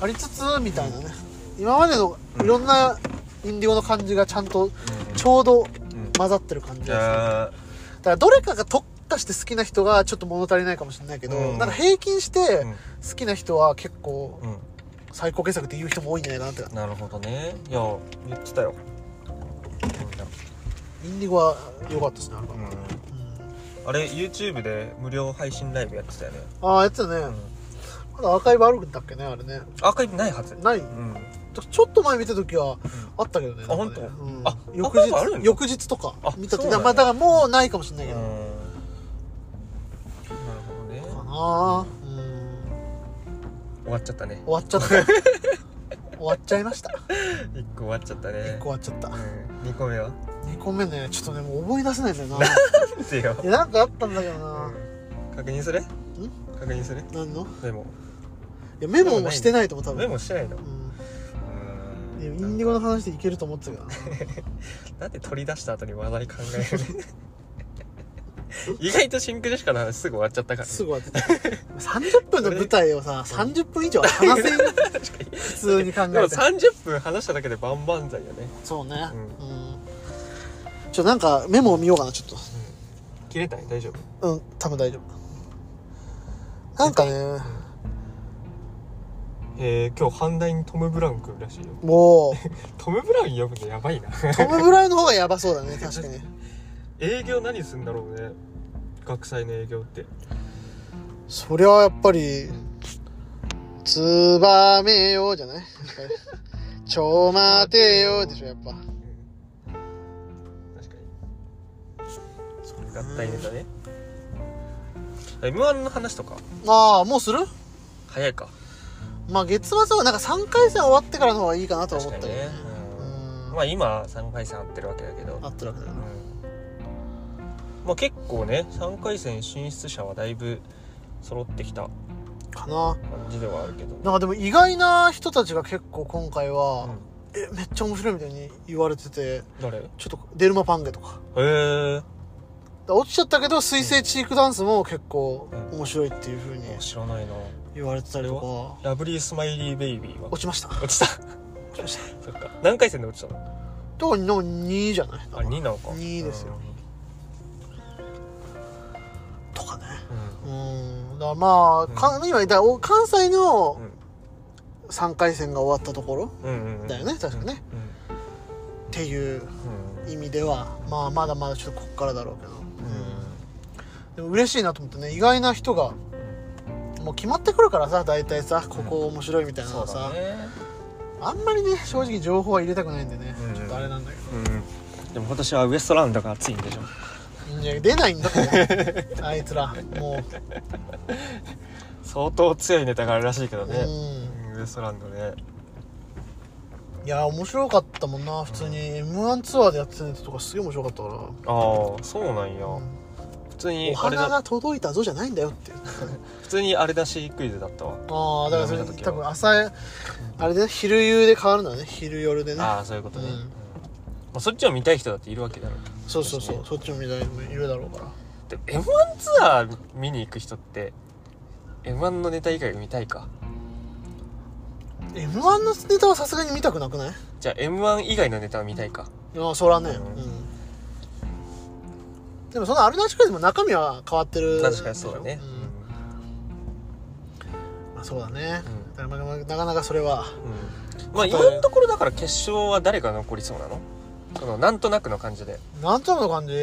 A: ありつつみたいなね今までのいろんなインディゴの感じがちゃんと
B: ん
A: ちょうど
B: うん
A: 混ざってる感じ
B: じ
A: がするだか
B: ゃあ
A: らどれかがとかして好きな人がちょっと物足りないかもしれないけど、
B: うん
A: なんか平均して
B: うん
A: 好きな人は結構
B: うん
A: 最高傑作って言う人も多いんじゃないかなって
B: なるほどねいや言ってたよ
A: インディゴは良かったですねあれは、
B: うん
A: うん
B: あれ YouTube で無料配信ライブやってたよね、
A: ああやってたね、
B: うん、
A: まだアーカイブあるんだっけねあれね
B: アーカイブないはず
A: ない
B: うん
A: ちょっと前見た時はあったけどね
B: あ
A: なんかね
B: 本当
A: うん
B: あ
A: 翌
B: アーカイブある
A: 日
B: んだ
A: 翌日とか
B: あ
A: 見た時
B: そうなんだ
A: まあだからもうないかもしれない
B: うん
A: け
B: な
A: ど、
B: る
A: か
B: ほどね
A: なうん
B: 終わっちゃったね
A: 終わっちゃった 終わっちゃいました
B: 1個終わっちゃった
A: 1
B: ね
A: 個終わっちゃった
B: うん、2個目は
A: 2個目ねちょっとねもう思い出せないんだよな
B: ってよ
A: いやなんかあったんだけどな、
B: 確認する確認する
A: 何の
B: メモ
A: いやメモもしてないと思う多分
B: メモしてないの
A: うんいやイ
B: うん
A: ンディゴの話でいけると思ってたけどな
B: なんで取り出した後に話題考えるの意外とシンクレシカの話すぐ終わっちゃったからね、
A: すぐ終わってた30分の舞台をさ30分以上は話せんよ普通に考
B: でも
A: えて
B: 30分話しただけで万々歳よね、
A: そうね
B: う
A: うん、ちょなんかメモを見ようかなちょっと
B: 切れたい大丈夫
A: うん多分大丈夫なんかね
B: えー、今日阪大にトム・ブラウン来るらしいよ
A: もう
B: トム・ブラウン呼ぶのやばいな
A: トム・ブラウンの方がやばそうだ ね確かに
B: 営業何すんだろうね学祭の営業って
A: そりゃやっぱり「つばめよ」じゃないやっぱり 「ちょ待てよ」でしょやっぱ
B: 確かに合体ネタね m 1の話とか
A: ああもうする
B: 早いか
A: まあ月末はなんか3回戦終わってからの方がいいかなとは
B: 確
A: 思っ
B: か
A: たけど
B: にね
A: ね、
B: うん
A: うん
B: まあ今3回戦合ってるわけだけど
A: あったらだよね
B: まあ結構ね3回戦進出者はだいぶ揃ってきた
A: かな
B: 感じではあるけどね
A: なんかでも意外な人たちが結構今回
B: う
A: は
B: ん、
A: えめっちゃ面白いみたいに言われてて
B: 誰へ
A: ちょっとデルマパンゲとか
B: え
A: 落ちちゃったけど水星チークダンスも結構面白いっていう風に
B: 知らないな
A: 言われてたりとか
B: ラブリースマイリーベイビーは
A: 落ちました
B: 落ちた
A: 落ちました
B: そっか何回戦で落ちたの
A: とかの2じゃない
B: あ2なのか
A: 二ですよとかね
B: うん
A: うんだからまあ、か今言ったお関西の
B: うん
A: 3回戦が終わったところ
B: うんうんうん
A: だよね確かねっていう
B: うん
A: 意味ではまあまだまだちょっとこっからだろうけど
B: う
A: でも嬉しいなと思ってね意外な人がもう決まってくるからさ大体さここ面白いみたい
B: ん
A: なの
B: そう
A: はさ、
B: だね
A: あんまりね正直情報は入れたくないんでね、
B: うん
A: ちょっとあれなんだけ
B: うんでも今年はウエストランドが熱いんでしょ
A: どいや出ないんだ ってあいつらも
B: 相当強いネタがあるらしいけど
A: う、
B: ね
A: うん
B: ウエストランドね
A: いやー面白かったもんな普通に m 1ツアーでやってたやつとかすげえ面白かったか
B: ああそうなんや
A: ら、
B: 普通
A: お
B: にあれ
A: 花
B: だ
A: が届いたぞじゃないんだよっていう
B: 普通にあれだしクイズだったわ
A: ああだからそれ
B: 見た時は
A: 多分朝やあれで、ね、昼夕で変わるんだね昼夜でね
B: ああそういうことね、
A: うん
B: うんまあ、そっちを見たい人だっているわけだろ
A: そうそうそう
B: そう
A: そっちも見たいもいるだろうから
B: で m 1ツアー見に行く人って m 1のネタ以外見たいか
A: m 1のネタはさすがに見たくなくない
B: じゃあ m 1以外のネタは見たいか
A: いやそらね
B: う
A: うんん、でもそのあれなしかでも中身は変わってる
B: 確かにそうだね
A: んまあ、そうだね、
B: うん
A: だからまあなかなかそれは
B: うん、まあ今のところだから決勝は誰が残りそうなのそのなんとなくの感じで
A: なんとなくの感じ、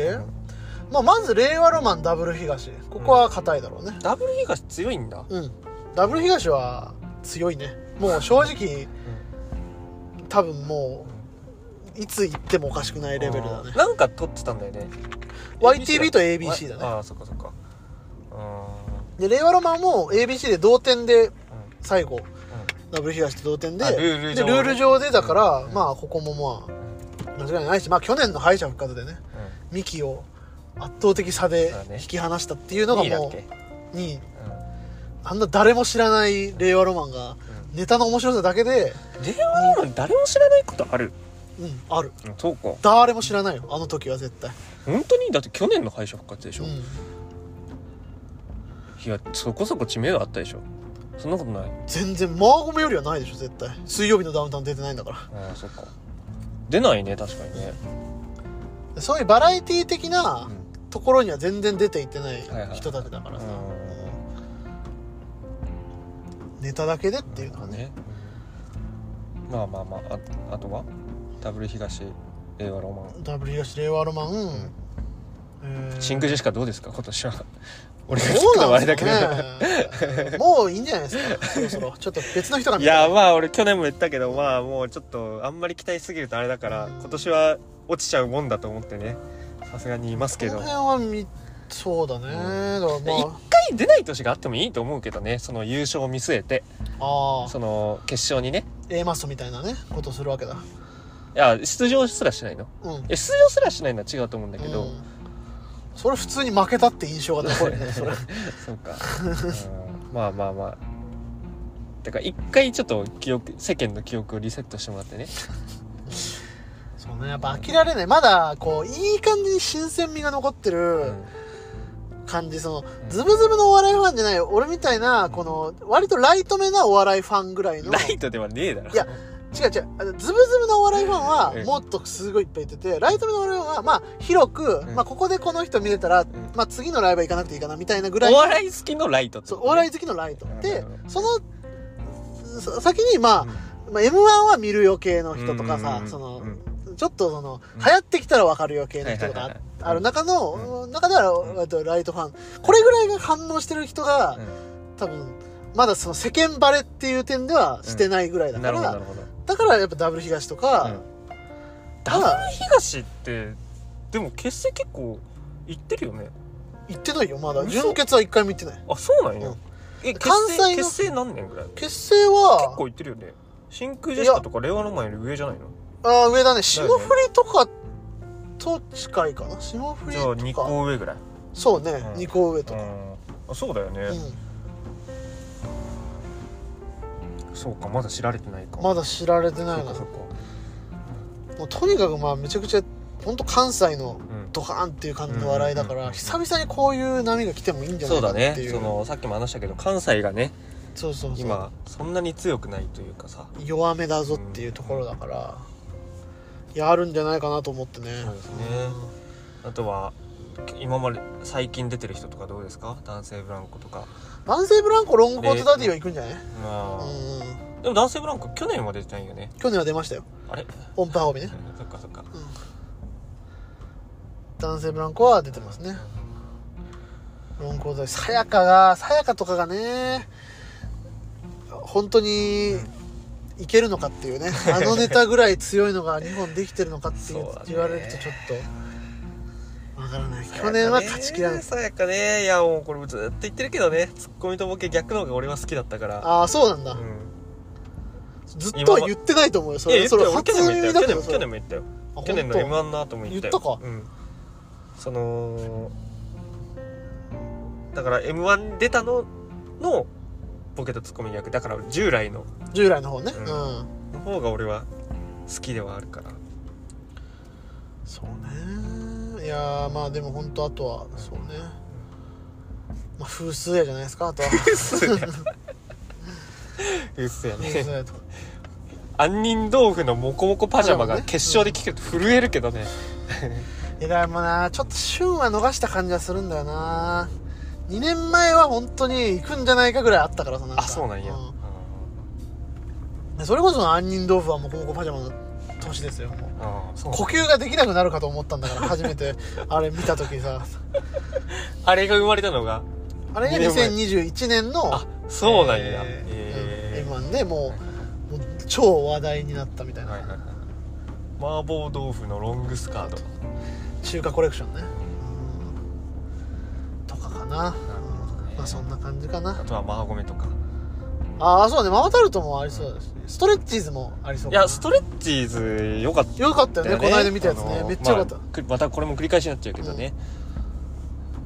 A: まあ、まず令和ロマンダブル東ここは硬いだろうね
B: ダブル東強いんだ、
A: うん、ダブル東は強いねもう正 直多分もういつ行ってもおかしくないレベルだね
B: あーなんか撮ってたんだよね
A: YTB と ABC だね
B: ああそっかそっかう
A: で令和ロマンも ABC で同点で
B: ーんうん
A: 最後
B: うん
A: ダブル東と同点で
B: あルール上
A: でルール上でだから、まあここもまあ間違いないしまあ去年の敗者復活でね
B: う
A: ミキを圧倒的差で
B: そうだね
A: 引き離したっていうんのが
B: いいだっ
A: も
B: け、うん
A: う2位あんな誰も知らない令和ロマンがネタの面白さだけで
B: 令和ロマン誰も知らないことある、
A: うんある
B: うん、そうか
A: 誰も知らないよあの時は絶対
B: 本当にだって去年の敗者復活でしょ、
A: う
B: い
A: ん
B: やそこそこ知名度あったでしょそんなことない
A: 全然マーゴメよりはないでしょ絶対水曜日のダウンタウン出てないんだか
B: ああそっか出ないね確かにね、
A: らそういうバラエティー的な
B: うん
A: ところには全然出ていってない
B: はいはい
A: 人たちだからさ、
B: う
A: ネタだけでっていうのはね
B: ねまあまあまあああとはダブル東令和ロマン
A: W 東令和ロマン、えー
B: シングジェシカどうですか今年は 俺が聞
A: ど
B: くの
A: う
B: も
A: な
B: あ
A: んで
B: れだ
A: すか
B: けど
A: ね もういいんじゃないですかそろそろちょっと別の人が
B: い
A: た
B: やまあ俺去年も言ったけどまあもうちょっとあんまり期待しすぎるとあれだから今年は落ちちゃうもんだと思ってねさすがにいますけ
A: こ
B: ど
A: の
B: 一
A: 辺はみそうだね、だからまあ
B: 回出ない年があってもいいと思うけどねその優勝を見据えて
A: ああ
B: その決勝にね
A: A マストみたいなねことするわけだ
B: いや出場すらしないの
A: うん
B: え出場すらしないのは違うと思うんだけど、
A: うんそれ普通に負けたって印象が残るね そ れ
B: そうかうんまあまあまあだから一回ちょっと記憶世間の記憶をリセットしてもらってね
A: そうねやっぱ飽きられないまだこういい感じに新鮮味が残って
B: う
A: る
B: ん
A: 感じその
B: ん
A: ズブズブのお笑いファンじゃない俺みたいなこの割とライトめなお笑いファンぐらいの
B: ライトではねえだろ
A: いや違う違うあのズブズブのお笑いファン
B: う
A: は
B: ん
A: もっとすごいいっぱいいててライト目のお笑いファンはまあ広く、
B: うん
A: まあ、ここでこの人見れたら、
B: ん
A: まあ、次のライブは行かなくていいかなみたいなぐらい
B: お
A: の
B: 笑い好きのライト
A: そうお笑
B: い
A: い好きのライト
B: うん
A: で
B: うん
A: そのそ先にまあ、まあ、m 1は見るよ系の人とかさ、その、ちょっとその、
B: うん
A: 流行ってきたら分かるよ系の人と
B: はい
A: か
B: はいはいはい
A: ある中の、中では、えっとライトファンこれぐらいが反応してる人が、多分まだその世間バレっていう点ではしてないぐらいだか
B: なるほど
A: ら、
B: なるほど
A: だからやっぱダブル東とか、
B: ダブル東ってでも結成結構行ってるよね
A: 行ってないよまだ
B: 嘘
A: 純潔は一回も行ってない
B: あそうなんや、
A: うん
B: え結
A: 関西の
B: 成結成何年ぐらい
A: 結成
B: 結
A: は
B: 構行ってるよね真空ジェシカとか令和の前より上じゃないの
A: あー上だね霜降りとかと近いかな霜降
B: じゃあ
A: り
B: 2
A: とか
B: 個上ぐらい、
A: そうね、
B: うん
A: 2個上と
B: う
A: か、
B: ん、あそうだよね、
A: うん、
B: そうかまだ知られてないか
A: まだ知られてな
B: そ
A: いうな
B: かそうか
A: もうとにかくまあめちゃくちゃ本当関西の
B: うん
A: ドカーンっていう感じの笑いだか
B: うんうんう
A: ら
B: んうん
A: 久々にこういう波が来てもいいんじゃな
B: そ
A: いうか
B: だ
A: っ
B: ね
A: ていう
B: そのさっきも話したけど関西がね
A: そうそうそう
B: 今そんなに強くないというかさ
A: 弱めだぞっていうところだからいやあるんじゃないかなと思ってね
B: そうですねあとは今まで最近出てる人とかどうですか男性ブランコとか
A: 男性ブランコロングコートダディは行くんじゃない、
B: まあ、
A: うん
B: でも男性ブランコ去年は出てないよね
A: 去年は出ましたよ
B: あれ
A: 音波褒美ね
B: そっかそっか
A: 男性ブランコは出てますねロングコートダディさやかがさやかとかがね本当にいけるのかっていうねあのネタぐらい強いのが2本できてるのかっていう
B: そうだね
A: 言われるとちょっとわからない去年は勝ちきらない
B: さやかねいやもうこれずっと言ってるけどねツッコミとボケ逆の方が俺は好きだったから
A: ああそうなんだ、
B: うん
A: ずっとは言ってないと思うよそ
B: いや
A: れ
B: 言った
A: それ
B: よ俺
A: 初
B: 去年も言
A: 耳
B: った
A: だ
B: よ去
A: けどそれ
B: 年も去年も言ったよ
A: あ
B: 去年の
A: 本
B: m 1の後も言った
A: 言
B: よ
A: ったか
B: うん、そのだから m 1出たののボケとツッコミ役だから従来の
A: 当従来の方ねう、
B: うんんの方が俺は好きではある から
A: そうねいやーまあでも本当あとはそうね、まあ、風数やじゃないですかあ とは
B: うっすやうっすや
A: 風
B: ね
A: 数やと
B: 杏仁豆腐のモコモコパジャ
A: パ
B: マ
A: ジャマ
B: が
A: ね
B: 決勝で聞くと震えるけどね
A: いやでもなちょっと旬は逃した感じはするんだよな2年前は本当に行くんじゃないかぐらいあったからさなんか
B: あそうなんや、
A: でそれこそ杏仁豆腐はもうこもこパジャマの年ですよもう
B: あーそう
A: 呼吸ができなくなるかと思ったんだから初めてあれ見た時さ
B: あれが生まれたのが
A: あれが
B: 二年前
A: 2021年の
B: あそうなんや
A: えー
B: えー
A: うん M1 でもうもう超話題になったみたいな、
B: はいはいはい麻婆豆腐のロングスカート
A: 中華コレクションね、うんとかかな
B: なるほどね
A: まあそんな感じか
B: あ
A: な
B: とはマハゴメとか
A: ああそうねママタルトもありそうですねストレッチーズもありそう
B: い
A: かな
B: やストレッチーズ良かった
A: よかったよ
B: だ
A: ね
B: よ
A: この間見たやつね、
B: あの
A: めっちゃよかった、
B: まあくまたこれも繰り返しになっちゃうけどね、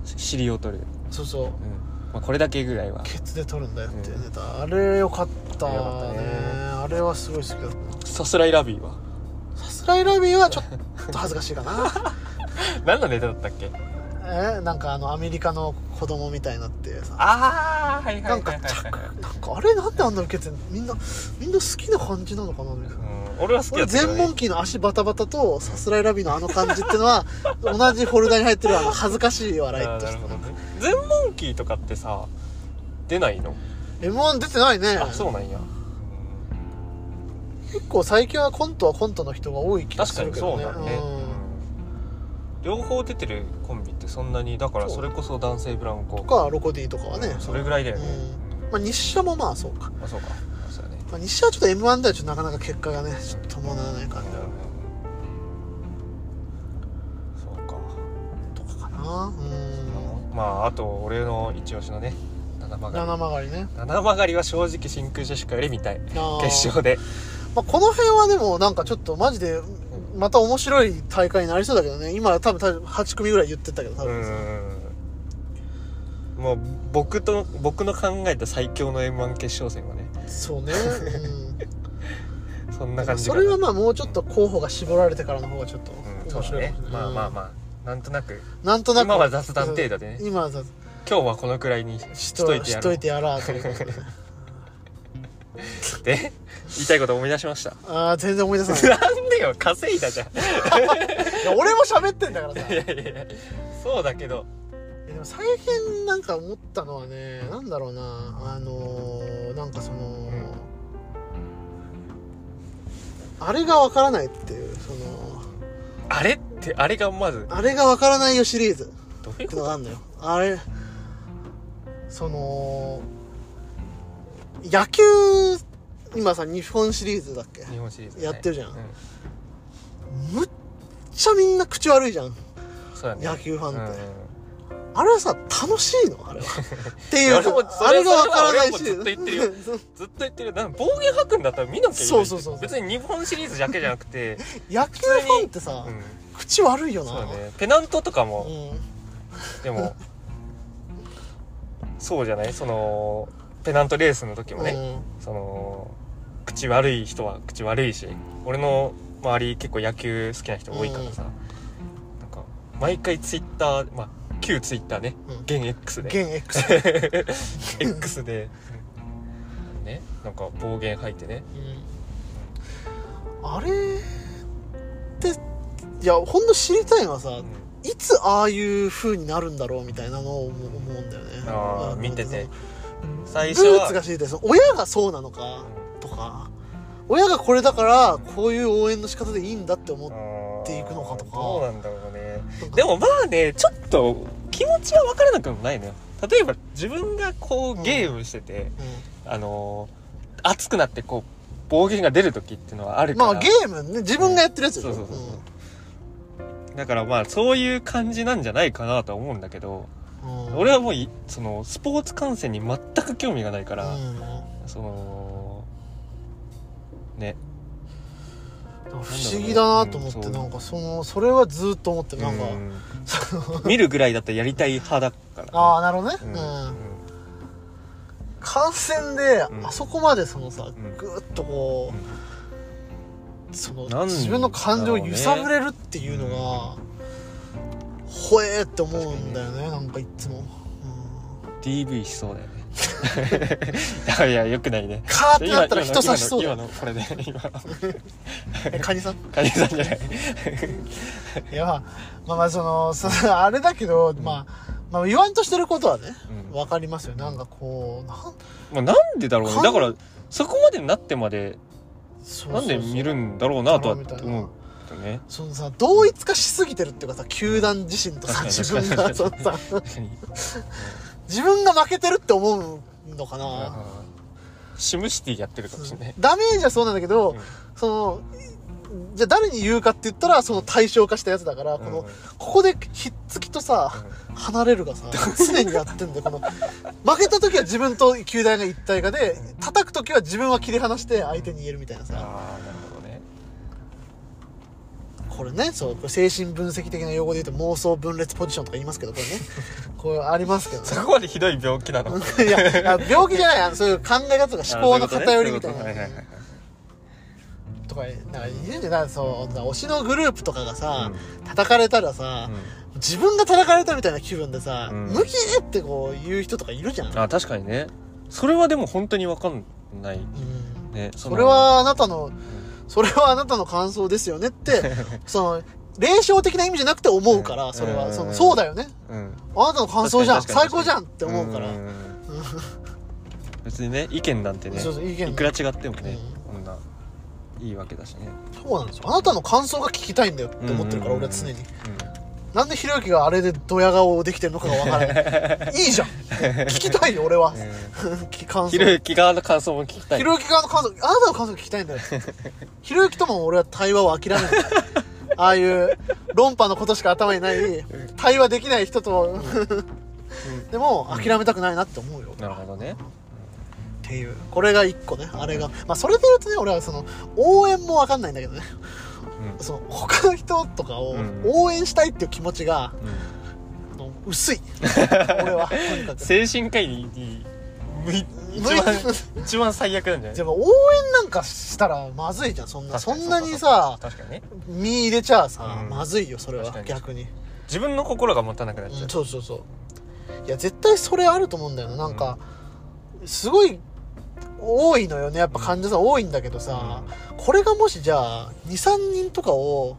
B: シリを取る、
A: そうそう
B: うんまあ、これだけぐらいは
A: ケツで撮るんだよっていうネタ、あれよかったね
B: よかったね
A: あれはすごい好きだった
B: さすらいラビーは
A: さすらいラビーはちょっと恥ずかしいかな
B: 何のネタだったっけ
A: えーなんかあのアメリカの子供みたいになってさ
B: ああはい
A: な
B: はい
A: ん
B: は
A: か
B: いはい
A: 着なんかかあれなんであんな受けてんのみんなみんな好きな感じなのかなみたいな
B: うん俺は好き
A: 俺
B: やったけど
A: 全
B: ね
A: 問期の足バタバタとさすらいラビのあの感じっての は同じフォルダに入ってるあの恥ずかしい笑い
B: あー
A: と
B: な
A: し
B: る
A: て
B: ほどね全問キーとかってさ出ないの
A: m 1出てないね
B: あそうなんや
A: 結構最近はコントはコントの人が多い気が
B: 確
A: す
B: か
A: る
B: に
A: けど
B: そう
A: ね
B: だねうん両方出てるコンビってそんなにだから
A: そう
B: それこそ男性ブランコ
A: とかロコディとかはね
B: それぐらいだよ
A: う
B: ね
A: んまあ、日射もまあそうか、
B: あそうかあそうだね
A: まあ、日射はちょっと m 1ではちょっとなかなか結果がねちょっと伴わない感じある
B: そうか
A: とかかなうん
B: まああと俺の一押しのね七曲が
A: 七曲がりね
B: り七曲がりは正直真空ジェシカより見たい
A: あー
B: 決勝で
A: まあ、この辺はでもなんかちょっとマジでまた面白い大会になりそうだけどね今多分多分8組ぐらい言ってたけど多
B: う
A: 分、
B: んもう僕と僕の考えた最強の m 1決勝戦はね
A: そう ね、
B: そん
A: う、
B: なん感じ
A: そ
B: かな
A: れはまあもうちょっと候補が絞られてからの方がちょっと
B: うんそ
A: 面白いか
B: うだ
A: もしれない、
B: ねまあまあまあなんとなく
A: あなんとなく
B: 今は雑談程度でね
A: 今は雑
B: 今日はこのくらいにし
A: し
B: と
A: と
B: いて
A: し
B: や
A: と
B: ろう
A: いてやらーということで
B: って言いたいこと思い出しました
A: ああ全然思い出さない
B: なんでよ稼いだじゃん
A: いや俺も喋ってんだからさ
B: いやいやいや そうだけど
A: でも最近なんか思ったのはねなんだろうなあのー、なんかその、
B: ん
A: あれがわからないっていうその
B: あれってあれがまず
A: あれがわからないよシリーズ
B: どういう
A: って
B: こ
A: のがあんのよあれその野球今さ日本シリーズだっけ
B: と日本シリーズ、
A: やってるじゃん
B: う
A: むっちゃみんな口悪いじゃん
B: そうだね
A: 野球ファンって、
B: う
A: あれはさ楽しいのあれはっていう
B: いや俺もそれ
A: あれがわからないし
B: それは俺もずっと言ってるよんずっと言ってるなんか暴言吐くんだったら見なきゃいいの
A: そうそうそう
B: 別に日本シリーズだけじゃなく て、
A: 野球ファンってさ、
B: うん、
A: 口悪いよな
B: そうだねペナントとかも、
A: うん
B: でもそうじゃないそのペナントレースの時もね、その口悪い人は口悪いし俺の周り結構野球好きな人多いからさ、なんか毎回ツイッターまあ旧ツイッターね、
A: うん
B: 現 X
A: うん、現
B: で
A: X、
B: X で、ねなんか暴言吐いてね
A: あれっていやほんと知りたいのはさ、
B: うん
A: いつああいう風になるんだろうみたいなのを思う思うんだよね
B: あ
A: う
B: ー
A: ん
B: 見てて
A: ル
B: 最初
A: ー
B: は
A: ツが知りたいその親がそうなのかとか親がこれだからこういう応援の仕方でいいんだって思ってていくのかとか
B: どうなんだろうねでもまあねちょっと気持ちは分からなくもないのよ例えば自分がこうゲームしてて、あのー熱くなってこう暴言が出る時っていうのはあるから
A: まあゲームね自分がやってるやつでしょ
B: そうそうそうそうだからまあそういう感じなんじゃないかなとは思うんだけど、
A: うんうん
B: 俺はもういそのスポーツ観戦に全く興味がないから、
A: うん
B: そのね
A: 不思議だなと思っ
B: う
A: て
B: んそう
A: なんかそのそれはずっと思ってるなんか
B: うん見るぐらいだったらやりたい派だから、
A: ああなるほどね
B: うん
A: うん感染で
B: うん
A: あそこまでそのさ
B: ん
A: ぐーっとこ
B: うん
A: うその
B: なん
A: 自分の感情を揺さぶれるっていうのがほえーって思うんだよねなんかいっつもうん
B: DV しそうだよね いやいやよくないね
A: カーってなったら人差しそうだ
B: 今
A: よ
B: の今のこれで今
A: えカニさん
B: カニさんじゃない
A: いやまあまあまあそのそのあれだけどまあまあ言わんとしてることはね
B: うん
A: わかりますよなんかこうなん
B: まあ、なんでだろうね
A: かん
B: だからそこまでになってまで
A: そう
B: な
A: そうんそう
B: で見るんだろうなとは
A: ドラマみたいな
B: 思うよね
A: そのさ同一化しすぎてるっていうかさ球団自身とさ自
B: 確
A: 分
B: かに
A: がそ
B: 確
A: の
B: かに
A: さ
B: 確かに
A: 自分が負けてるって思うのかな
B: シムシティやってるかもしれない
A: ダメージはそうなんだけど、
B: うん
A: そのじゃあ誰に言うかって言ったらその対象化したやつだから、こ
B: うん
A: のここでひっつきとさ、離れるがさ常にやってんだよこの負けた時は自分と球団が一体化で叩く時は自分は切り離して相手に言えるみたいなさ
B: ああなるほどね
A: これねそうこれ精神分析的な用語で言うと妄想分裂ポジションとか言いますけどこれねこれありますけどね
B: そこまでひどい病気なの思
A: いや、あ病気じゃないあの、そういう考え方とか思考の偏りみたい
B: はいはいは。
A: ないとか、なんか言うんじゃないそう、推しのグループとかがさ、
B: う
A: 叩かれたらさ、
B: う
A: 自分が叩かれたみたいな気分でさ、
B: うん
A: 無気ってこう言う人とかいるじゃん。
B: んあ確かにねそれはでも本当に分かんない
A: うん
B: ねそ
A: そ
B: の
A: れはあなたの、それはあなたの感想ですよねって、 その、霊障的な意味じゃなくて思うか
B: うん
A: ら、それ
B: うん
A: は、そのそうだよね。
B: うんっ
A: あなたの感想じゃん、
B: 確か
A: 最
B: に確か
A: 高
B: に
A: じゃんって思うから。
B: 別にね意見なんてね
A: そうそう意見
B: いくら違ってもね、
A: う
B: こんないいわけだしね、
A: そうなんですよ。あなたの感想が聞きたいんだよって思ってるから、
B: うんうん
A: 俺は
B: うん
A: 常に。なんでひろゆきがあれでドヤ顔できてるのかがわから ない。いいじゃん聞きたいよ、俺は。感想。
B: ひろゆき側の感想も聞きたい
A: ひろゆき側の感想、あなたの感想聞きたいんだよ。ひろゆきとも俺は対話を諦めない。 ああいう論破のことしか頭にない、対話できない人と、でも諦めたくないなって思うよ。
B: なるほどね
A: っていう。これが一個ね、あれが。まあそれで言うとね、俺はその、応援もわかんないんだけどね。
B: う
A: その、他の人とかを
B: うん
A: 応援したいっていう気持ちが、
B: ん、うん
A: あの薄 い。俺は、とにかく。
B: 精神科医にむい一
A: 向い
B: 番一番最悪なんじゃない
A: でも応援なんかしたらまずいじゃん、そんな。
B: 確か
A: そ
B: に
A: んなにさ、
B: 確かにね
A: 身入れちゃあさ、
B: うん
A: まずいよそれは
B: 確かに
A: 逆に、
B: 自分の心が持たなくなっちゃ
A: う、、
B: うん
A: そうそうそういや絶対それあると思うんだよななんか、すごい多いのよねやっぱ患者さん多いんだけどさ、これがもしじゃあ23人とかを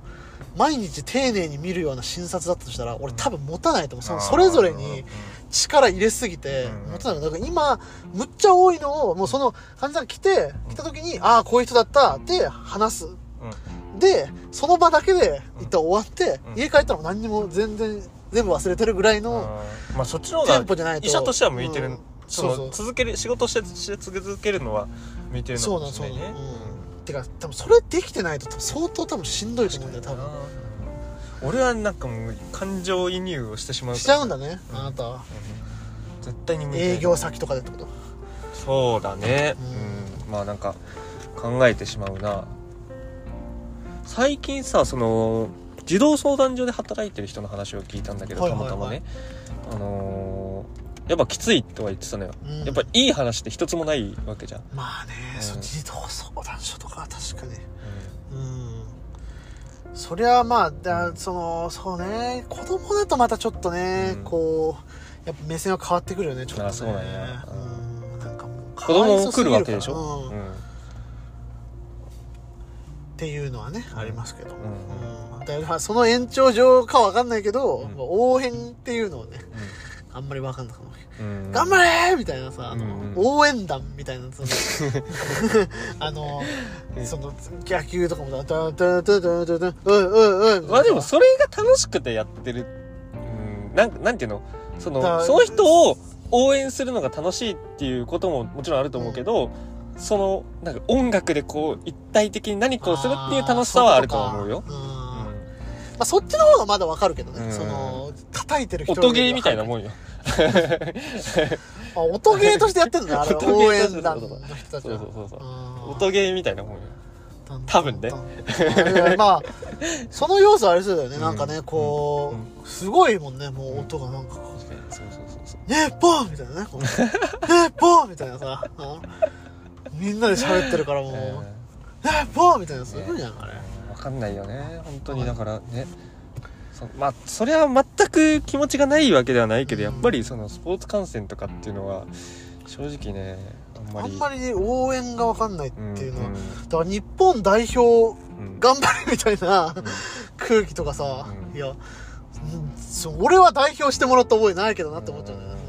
A: 毎日丁寧に見るような診察だったとしたら俺多分持たないと思うそのそれぞれに力入れすぎて
B: うん
A: 持たないだから今むっちゃ多いのをもうその患者さん来て来た時にああこういう人だったって話す
B: うんうん
A: でその場だけで一旦終わって、
B: うん
A: 家帰ったらもう何にも全然全部忘れてるぐらいの、
B: まあそっちの方
A: テンポじゃな
B: が
A: いと
B: 医者としては向いてる、
A: うん
B: その
A: そうそ
B: 続ける仕事してし続けるのは向いてるの
A: そう
B: か
A: な
B: も
A: ん
B: し
A: そう
B: れ
A: な
B: なんいね、
A: てか多分それできてないと多分相当多分しんどいと思うんだよ多分
B: うん俺はなんかもう感情移入をしてしまうから
A: しちゃうんだね、あなたは
B: うん絶対に向いてない
A: 営業先とかでってこと
B: そうだね
A: う
B: うん、まあなんか考えてしまうな最近さその児童相談所で働いてる人の話を聞いたんだけど
A: はい
B: た
A: はいはい
B: またまね、あのーやっぱきついとは言ってたのよ、
A: うん
B: やっぱいい話って一つもないわけじゃん、
A: まあね、
B: うん
A: そう児童相談所とかは確かにうんそりゃまあだそのそうね子供だとまたちょっとね、
B: うん
A: こうやっぱ目線は変わってくるよねちょっとね
B: あそうなんや
A: うんなんかもう
B: 子供も来るわけでし
A: かわいそすぎるからうん
B: ょ、うん
A: っていうのはね、ありますけど、
B: ん
A: うんだからその延長上かわかんないけど、
B: うん
A: まあ応援っていうのをねあんまりわかんなかった
B: うんうん
A: 頑張れーみたいなさ、あの
B: うんうん
A: 応援団みたいなその あのその野球とかもだだだだだだだうんうんうん
B: まあでもそれが楽しくてやってる、うん、なんなんていうのそ
A: だ
B: のその人を応援するのが楽しいっていうことももちろんあると思うけど、そのなんか音楽でこう一体的に何かをするっていう楽しさはあると思うよ
A: あー。そういうことかうんま
B: うん
A: あ、そっちの方がまだわかるけどね、
B: うん
A: その叩いてる人
B: 音ゲーみたいなも
A: ん
B: んよ。
A: あ音ゲーとしてやって るんだあれ
B: 音ゲ
A: 応
B: ーとして
A: 援団の人たち
B: そう
A: は
B: そうそうそう。
A: うん
B: 音ゲーみたいなもんよ。多分ね
A: うんいやまあその要素はありそうだよね、
B: うん
A: なんかねこう、すごいもんねもう音がなんかこ
B: 確かにそうそうそうそう
A: う「ねえポン!」みたいなね こう「ねえポン!」みたいなさ、うんみんなで喋ってるからもう
B: え
A: 「ねえポン!」みたいなすごいじゃんあれ、
B: ー。わかんないよね。本当にだからね。そまあそれは全く気持ちがないわけではないけど、
A: う
B: や
A: ん
B: っぱりそのスポーツ観戦とかっていうのは正直ねあんま
A: あ
B: り
A: んまりね応援がわかんないっていうのは、
B: ん
A: だから日本代表
B: うん
A: 頑張れみたいな
B: うん
A: 空気とかさ、
B: うん
A: いやうんそう俺は代表してもらった覚えないけどなって思っちゃうんだよね
B: ん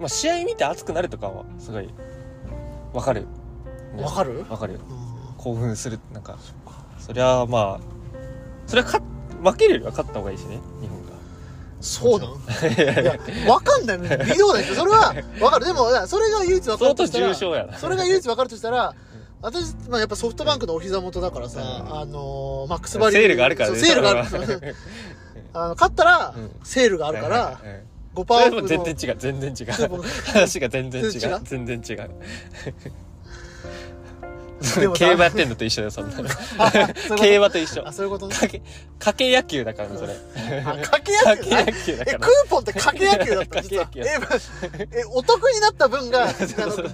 B: まあ試合見て熱くなるとかはすごいわかる
A: わ、かる、
B: わかるよ
A: うん
B: 興奮するなんかそりゃまあそれは勝っ負けるよりは勝った方がいいしね日本が
A: そうなん いや、わかんない。微動だけど、それは、わかる。でも、いやそれが唯一わか
B: 相
A: る
B: 当
A: とした
B: 重
A: ら、
B: 症やな
A: それが唯一わかるとしたら、私、まあ、やっぱソフトバンクのお膝元だからさ、あのー、マックスバリュー。
B: セールがあるからね
A: そうセールがある。
B: それは
A: そうあの、勝ったら
B: うん、
A: セールがあるから
B: う、ん
A: 5%
B: そ
A: オ
B: れ
A: フ
B: も
A: の。
B: 全然違う全然違
A: そう
B: う
A: 僕
B: 話が全然違
A: 全然違
B: う
A: う
B: 全然違う
A: でも
B: 競馬やってんのと一緒だよそんなの
A: あそういうこと
B: 競馬と一緒
A: あ、そういうことね。
B: かけ賭け野球だからねそれ
A: あ、掛け野
B: 賭
A: 球
B: け
A: ね
B: 野球だ
A: え、
B: か
A: ク
B: ら
A: ーポンって掛け野球だった実は
B: 掛。け野球
A: え、えお得になった分 が、あの、ベ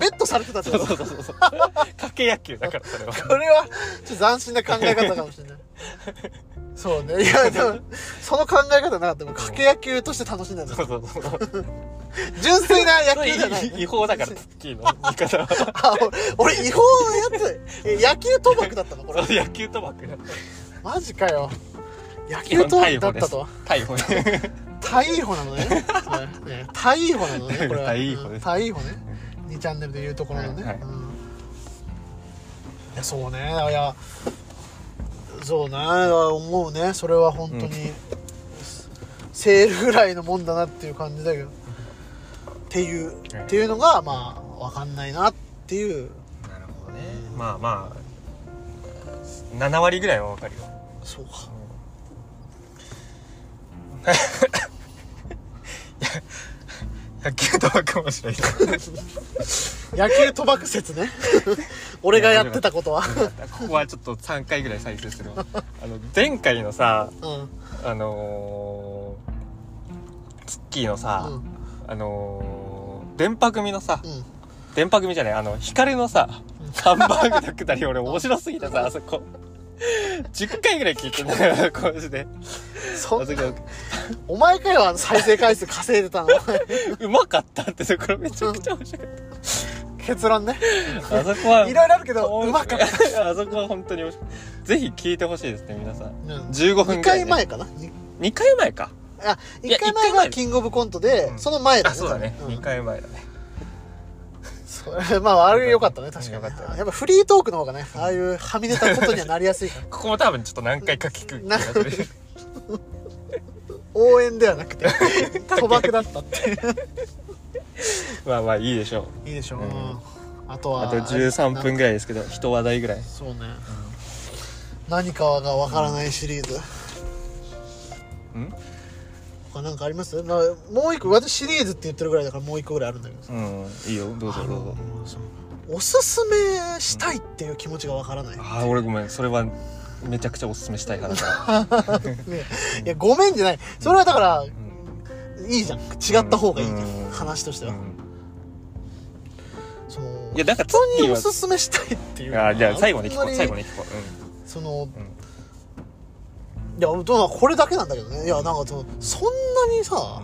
A: ットされてたって
B: そう
A: こと
B: そうそうそう賭け野球だからそれは
A: これは、ちょっと斬新な考え方かもしれない。そうねいやでもその考え方なかったもん掛け野球として楽しんだんだ
B: そうそうそう。
A: 純粋な野球じゃな
B: それ
A: い
B: 違法だから、ツッキーの言い方は。
A: あ俺俺違法なやつえ野球賭博だったのこれ
B: そう野球賭博。
A: マジかよ野球賭博だったとは
B: 逮捕ね。
A: 逮捕な のねねね逮捕なのねこれは
B: 逮捕です
A: うん逮捕ね2チャンネルで言うところのね、
B: はいはい
A: うん、いやそうねいやそうね思うねそれは本当に、
B: うん
A: セールぐらいのもんだなっていう感じだけどっていう、
B: はい
A: っていうのがまあわかんないなっていう
B: なるほどね。まあまあ、7割ぐらいはわかるよ。
A: そうか
B: 野球賭博面白い。
A: 野球賭博説 ね俺がやってたことは
B: ここはちょっと3回ぐらい再生するわ。あの、前回のさ、
A: うん
B: あのー、ツッキーのさ、
A: うん
B: あのー、電波組のさ、
A: うん
B: 電波組じゃない、あの、ヒカルのさ、ハンバーグのくだり、俺面白すぎてさ、あそこ。10回ぐらい聞いてんだよ、こうして。
A: そ
B: あ
A: ん
B: そ
A: な
B: こ
A: お前かよあの再生回数稼いでたの
B: うまかったってところめちゃくちゃ面白かっ
A: 結論ね
B: た。あそこは、
A: いろいろあるけどうまかっ
B: った。あそこは本当に面白い。ぜひ聞いてほしいですね、皆さん。
A: た、うん、
B: 15分
A: 2
B: ぐらい、
A: 回前かなに
B: 2回前か。
A: あ
B: い
A: 1回
B: や一回
A: 前
B: 前
A: がキングオブコントで、
B: うん
A: その前だ
B: あ、
A: ね
B: そうだね。
A: 多分
B: 2回前だね。
A: それ まああれ良かったね確か
B: 良
A: に
B: かったよね
A: やっぱフリートークの方がねああいうはみ出たことにはなりやすいから
B: ここも多分ちょっと何回か聞く気がす る。
A: 応援ではな くて賭博だったって
B: まあまあいいでしょう。
A: いいでしょう、
B: うん
A: あとは
B: あと13分ぐ
A: らい
B: らいですけど、一話題ぐらい。
A: そうね、何かがわからないシリーズ、
B: うん
A: 他なんかありますまあもう一個私シリーズって言ってるぐらいだからもう一個ぐらいあるんだけど
B: うん、いいよ、どうぞ
A: あ
B: どう
A: の
B: ぞ。
A: そのおすすめしたいっていう気持ちがわからない、
B: ああ、俺ごめん、それはめちゃくちゃおすすめしたい話だ。
A: ねいやごめんじゃないそれはだから、いいじゃん違った方がいいじゃん、
B: うん
A: 話としては、その
B: いや、なんか、ツ
A: 本
B: ッ
A: 当
B: キ
A: に
B: ー
A: お
B: は、
A: すすめしたいっていうのは
B: あーじゃあ最後に聞こ
A: あんま
B: う、
A: り
B: 最後に聞こ
A: その
B: う。うん。
A: いやどうこれだけなんだけどねいやなんかそのそんなにさ、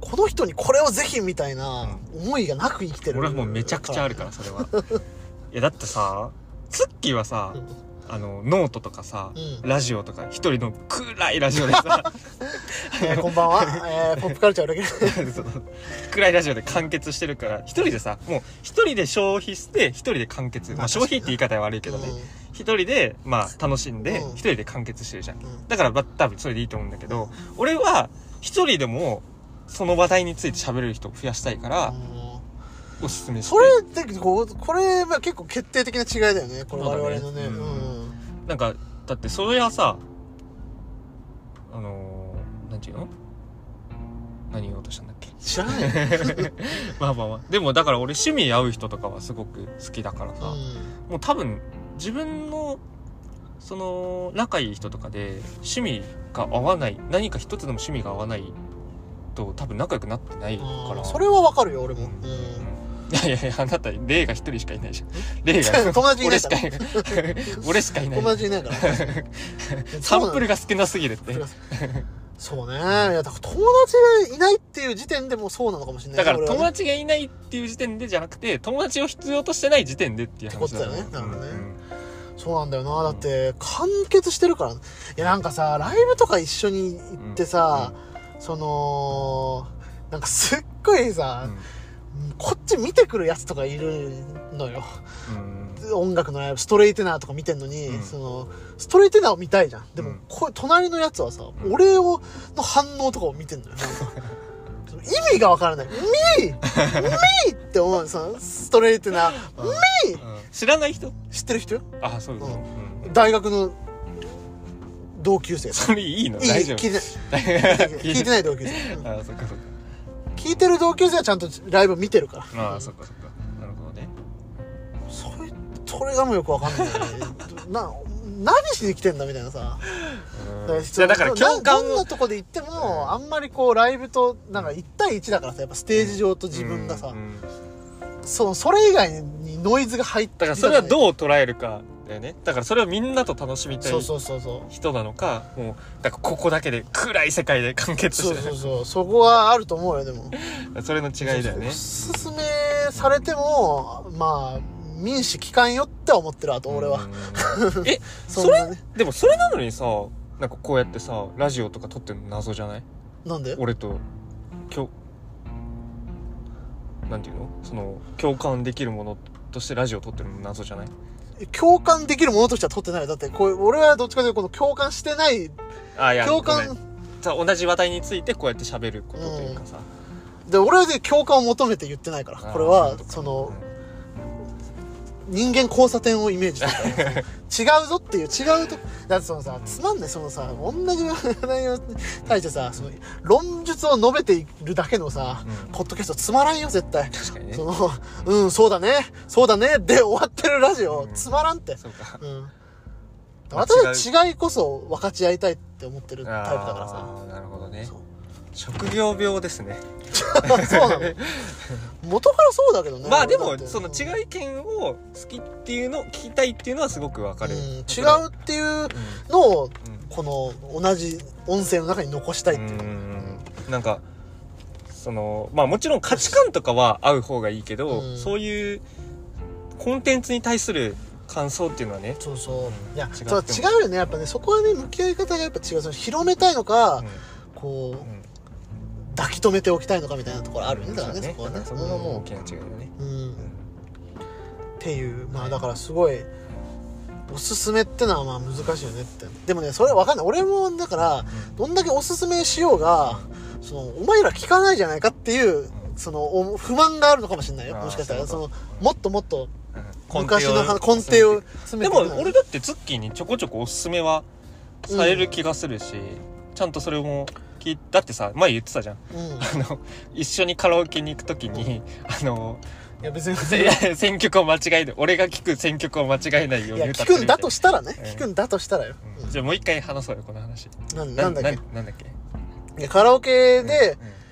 A: この人にこれをぜひみたいな思いがなく生きて
B: うん
A: る
B: 俺はもうめちゃくちゃあるから、それ は。いや、だってさ、ツッキーはさ
A: うん、
B: あの、ノートとかさ
A: う、ん
B: ラジオとか、一人の暗いラジオでさ、
A: えーこんばんは、えーポップカルチャー裏切る
B: その暗いラジオで完結してるから一人でさもう一人で消費して一人で完結、ま
A: ま
B: あ、
A: あ
B: 消費って言い方は悪いけどね一、人でまあ楽しんで
A: うん
B: 一人で完結してるじゃん、
A: うん
B: だからまあ多分それでいいと思うんだけど俺は一人でもその話題について喋れる人を増やしたいから
A: うん
B: おすすめして
A: それってこうこれは結構決定的な違いだよねこれ
B: そう
A: 我
B: だね
A: 々のねう
B: う
A: んん、
B: なんかだってそれはさあのー、なんていうの何言おうとしたんだっけ
A: 知らないよ、
B: まあまあまあでもだから俺趣味合う人とかはすごく好きだからさ、
A: う
B: もう多分自分のその仲いい人とかで趣味が合わない何か一つでも趣味が合わないと多分仲良くなってないか
A: ん、
B: ら
A: それはわかるよ俺
B: うん
A: も、うん
B: いやいやいやあなた例が一人しかいないじゃん例が
A: 友達いな
B: 俺
A: い
B: し
A: か
B: からいない俺しかい ない
A: 友達いないから
B: サンプル
A: が
B: が少なすぎるって
A: そうねいやだから友達がいないっていう時点でもうそうなのかもしれない
B: だから
A: 俺は
B: 友達がいないっていう時点でじゃなくて友達を必要としてない時点でっていう話だ
A: ってことだよねなるほどね
B: うん
A: そうなんだよなだって完結してるからいやなんかさライブとか一緒に行ってさ、そのなんかすっごいさ、こっち見てくるやつとかいるのよ
B: うん
A: 音楽のライブストレイテナーとか見てんのに、
B: うん
A: そのストレイテナーを見たいじゃんでも、
B: うん
A: こ隣のやつはさ、
B: ん
A: 俺をの反応とかを見てんのよなんかその意味がわからない「ミー! 」ミーって思うさストレイテナー
B: うん知らない人
A: 知ってる人よ
B: あそうですねうん
A: 大学の同級生
B: それいいの
A: いい
B: 大丈夫
A: 聞いてない聞いて
B: い
A: ない同級生うん
B: ああそっかそっか
A: 聞いてる同級生はちゃんとライブ見てるから
B: ああそっかそっかなるほどね
A: それそれがもうよくわかんない んだよねな何しに来てんだみたいなさ
B: いやだから共
A: な
B: 感
A: どん
B: を
A: なとこで行ってもあんまりこうライブとなんか1対1だからさやっぱステージ上と自分がさ、
B: うんうん
A: そうそれ以外にノイズが入った
B: だからそれは
A: う
B: どう捉えるかだよねだからそれをみんなと楽しみたい
A: そうそうそうそう
B: 人なのかもうだからここだけで暗い世界で完結し
A: そう
B: て
A: そうそうそこはあると思うよでも
B: るそれの違いだよね
A: そうそうおすすめされてもまあ民主機関よっては思ってるわと俺は、
B: う んえそ
A: ん
B: れ
A: なね
B: でもそれなのにさなんかこうやってさラジオとか撮ってるの謎じゃない
A: なんで
B: 俺と共なんていうのその共感できるものとしてラジオ撮ってるの謎じゃない
A: 共感できるものとしては取ってないよだってこう俺はどっちかというとこの共感してない
B: あいや
A: 共
B: ごめん
A: 感
B: さ同じ話題についてこうやって喋ることというかさ、
A: で俺はで共感を求めて言ってないからこれは
B: あー
A: そ
B: うん
A: の人間交差点をイメージしてる違うぞっていう違うとだってそのさつまんないそのさ同じ話題に対してさその論述を述べているだけのさ、
B: うん
A: ポッドキャストつまらんよ絶対
B: 確かにね
A: そのうんそうだねそうだねで終わってるラジオ、
B: うん
A: つまらんって
B: そうか
A: うん
B: まあ
A: 私は違いこそ分かち合いたいって思ってるタイプだからさ
B: あーなるほどね
A: そう
B: 職業病ですね
A: そうなの 元からそうだけどね
B: まあで
A: 俺
B: も
A: だって
B: その違い意見を好きっていうの聞きたいっていうのはすごくわかる、
A: うん違う
B: う
A: っていう
B: うん
A: のを
B: うん
A: この同じ音声の中に残したいっていう
B: う
A: か
B: んなんかそのまあもちろん価値観とかは合う方がいいけど、
A: うん
B: そういうコンテンツに対する感想っていうのはね、
A: そうそう、
B: うん
A: いや
B: 違って
A: 違
B: も
A: う違うよねやっぱねそこはね向き合い方がやっぱ違うその広めたいのか、
B: うん
A: こ
B: う
A: うん抱き留めておきたいのかみたいなところあるよねだからね
B: そう
A: そこはね
B: だからそこがもう大きな違いだね、
A: うん、うんっていうま
B: は
A: あ
B: い
A: だからすごいおすすめってのはまあ難しいよねってでもねそれわかんない俺もだからどんだけおすすめしようがそのお前ら聞かないじゃないかっていうそのお不満があるのかもしれないよ
B: あー
A: もしかしたら
B: そ
A: そう
B: いう
A: の
B: こ
A: もっともっと
B: うん
A: 昔の話根底を詰め
B: でも
A: て
B: 俺だってツッキーにちょこちょこおすすめはされる気がするし、ちゃんとそれも聞いだってさ前言ってたじゃん
A: うん
B: あの一緒にカラオケに行くときに、あの
A: いや別に
B: いや選曲を間違えない俺が聞く選曲を間違えないよう
A: い
B: に
A: や聞
B: 歌ってる
A: くんだとしたらね
B: うん
A: 聞くんだとしたらよ
B: うんじゃあもう一回話そうよこの話
A: なんなんだっけ
B: なんだっけ
A: いやカラオケで
B: うん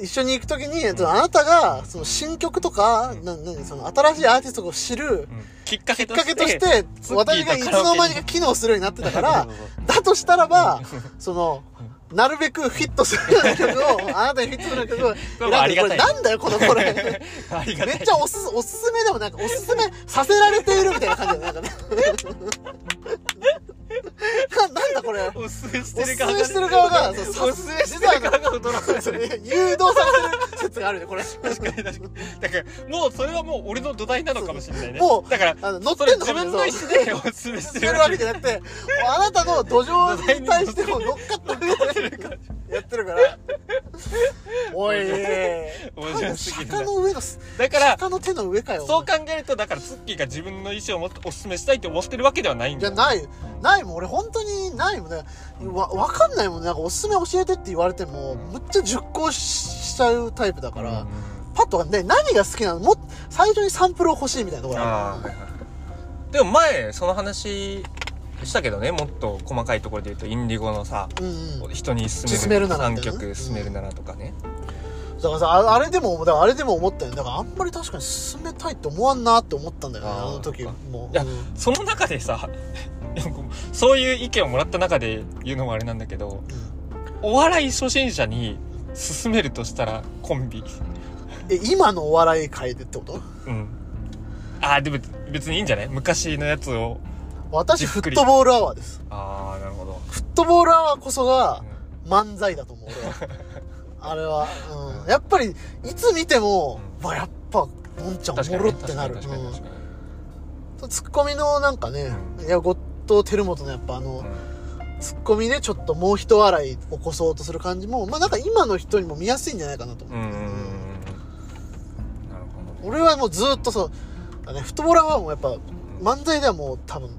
A: 一緒に行くときに、あなたがその新曲とか、
B: うん
A: ななその新しいアーティストを知る
B: うんきっかけ
A: き
B: と
A: っ
B: し
A: か
B: て
A: けとして
B: ツッキーと
A: 私がいつの間にか機能するようになってた からだとしたらばそのなるべくフィットするような曲をあなたにフィットするような曲を選んで
B: まあありが
A: こ
B: た
A: れ
B: い
A: なんだよこのこれ
B: ありが
A: め
B: たい
A: っちゃおすすおすすめでもなんかおすすめさせられているみたいな感じだよなんかね ななんだこれ
B: おすすめし
A: お
B: て
A: す
B: る
A: す
B: 側
A: め
B: が
A: してる側 が
B: おす
A: そう
B: す
A: さ
B: めして
A: 実は
B: る側が驚か
A: そ
B: せ
A: れ
B: る
A: 誘導されてる説があるねこれ
B: 確かに確かにだからもうそれはもう俺の土台なのかもしれないね
A: もう
B: だから
A: あの乗っ
B: そ
A: て
B: れ
A: んの
B: 自
A: かもね
B: 分の意思でおすすめして
A: や
B: る
A: るわけじゃなくてあなたの土壌に対しても乗っかってやってるからおい
B: 面白すぎるな
A: 坂の上の
B: だから
A: 坂の手の上かよ
B: そう考えるとだからツッキーが自分の意思をもっとおすすめしたいって思ってるわけではないん
A: じ
B: だ
A: ゃ
B: よ
A: ないないもん俺本当にないもんねわ分かんないもんねなんかおすすめ教えてって言われてもむっちゃ熟考ししちゃうタイプだか
B: うん
A: ら、パッとね何が好きなのもっ最初にサンプルを欲しいみたいなところ
B: あ
A: ある
B: ーでも前その話したけどねもっと細かいところで言うとインディゴのさ
A: うんうん
B: 人に勧める
A: 勧めるなら
B: 3
A: みたいなね
B: 曲勧めるならとかね、
A: だからさああれでもだからあれでも思ったよねだからあんまり確かに進めたいって思わんなって思ったんだよね
B: あ
A: あ
B: ー
A: の時も
B: いや
A: うん
B: その中でさ そういう意見をもらった中で言うのもあれなんだけどお笑い初心者に勧めるとしたらコンビ
A: え今のお笑い界でってこと
B: うんああでも別にいいんじゃない昔のやつをじ
A: 私
B: っ
A: フ
B: くり
A: ットボールアワーです
B: ああなるほど、
A: フットボールアワーこそが
B: うん
A: 漫才だと思う俺は あれは、うん、やっぱりいつ見ても、
B: う
A: わやっぱのんちゃんお
B: 確か
A: もろ
B: にね
A: ってなる、
B: 確かに確かに確か
A: うん、ツッコミのなんかね、
B: う
A: いやゴッド照本のやっぱあの、
B: にうん
A: ツッコミでちょっともう一笑い起こそうとする感じもまあなんか今の人にも見やすいんじゃないかなと思う
B: うんうんうんうんなるほどね
A: 俺はもうずっとそうだねフットボールアワーもやっぱ漫才ではもう多分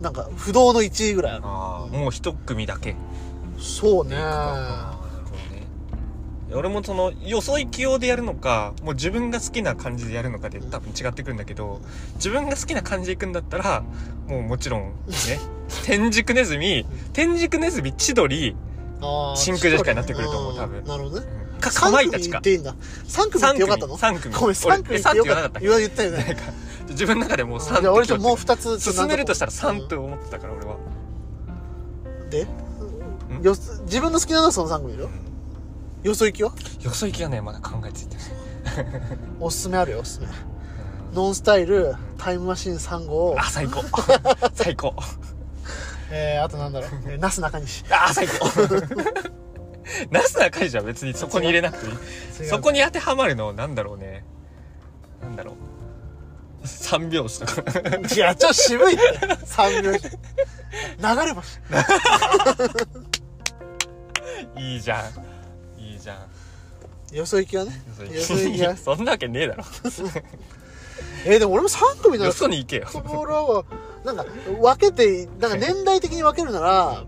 A: なんか不動の1位ぐらいある
B: ああもう一組だけで
A: そうね
B: いくかなるほどね俺もそのよそ行き用でやるのかもう自分が好きな感じでやるのかで多分違ってくるんだけど自分が好きな感じでいくんだったらもうもちろんね 天竺ネズミ天竺ネズミ千鳥
A: あー
B: 真空ジェシカになってくると思う
A: あー
B: 多分
A: なるほどね
B: かか
A: 3
B: まい
A: 組
B: たち
A: 言っ
B: か
A: ていいんだ3組言ってよかったの
B: 三組
A: ごめん3組
B: 俺
A: 言って
B: え三
A: よ
B: 組言
A: か
B: わな
A: っ
B: かったたっ
A: 言わ言ったよ
B: け
A: ね
B: なんか自分の中でもう3
A: じゃあ俺ちょっともう
B: 気持
A: 2つ
B: ちが進めるとしたら
A: 三
B: 3と思ってたから俺は
A: でよそ自分の好きなのはその3組でしょよそ行きは
B: よそ行きはねまだ考えついてない
A: おすすめあるよおすすめノンスタイルタイムマシーン3号
B: あ 最高最高
A: えー、あとなんだろう、えー、なすなかにし
B: あ最高 ナスな会じゃ別にそこに入れなくていいそこに当てはまるのなんだろうねなんだろう三拍子とか
A: いやちょっと渋いって3秒流れ星
B: いいじゃんいいじゃん
A: よそ行きはねよそ行きは
B: そんなわけねえだろ
A: えー、でも俺も3組な
B: よ
A: ら
B: そに行けよ
A: フットボールはなんか分けてなんか年代的に分けるなら、ま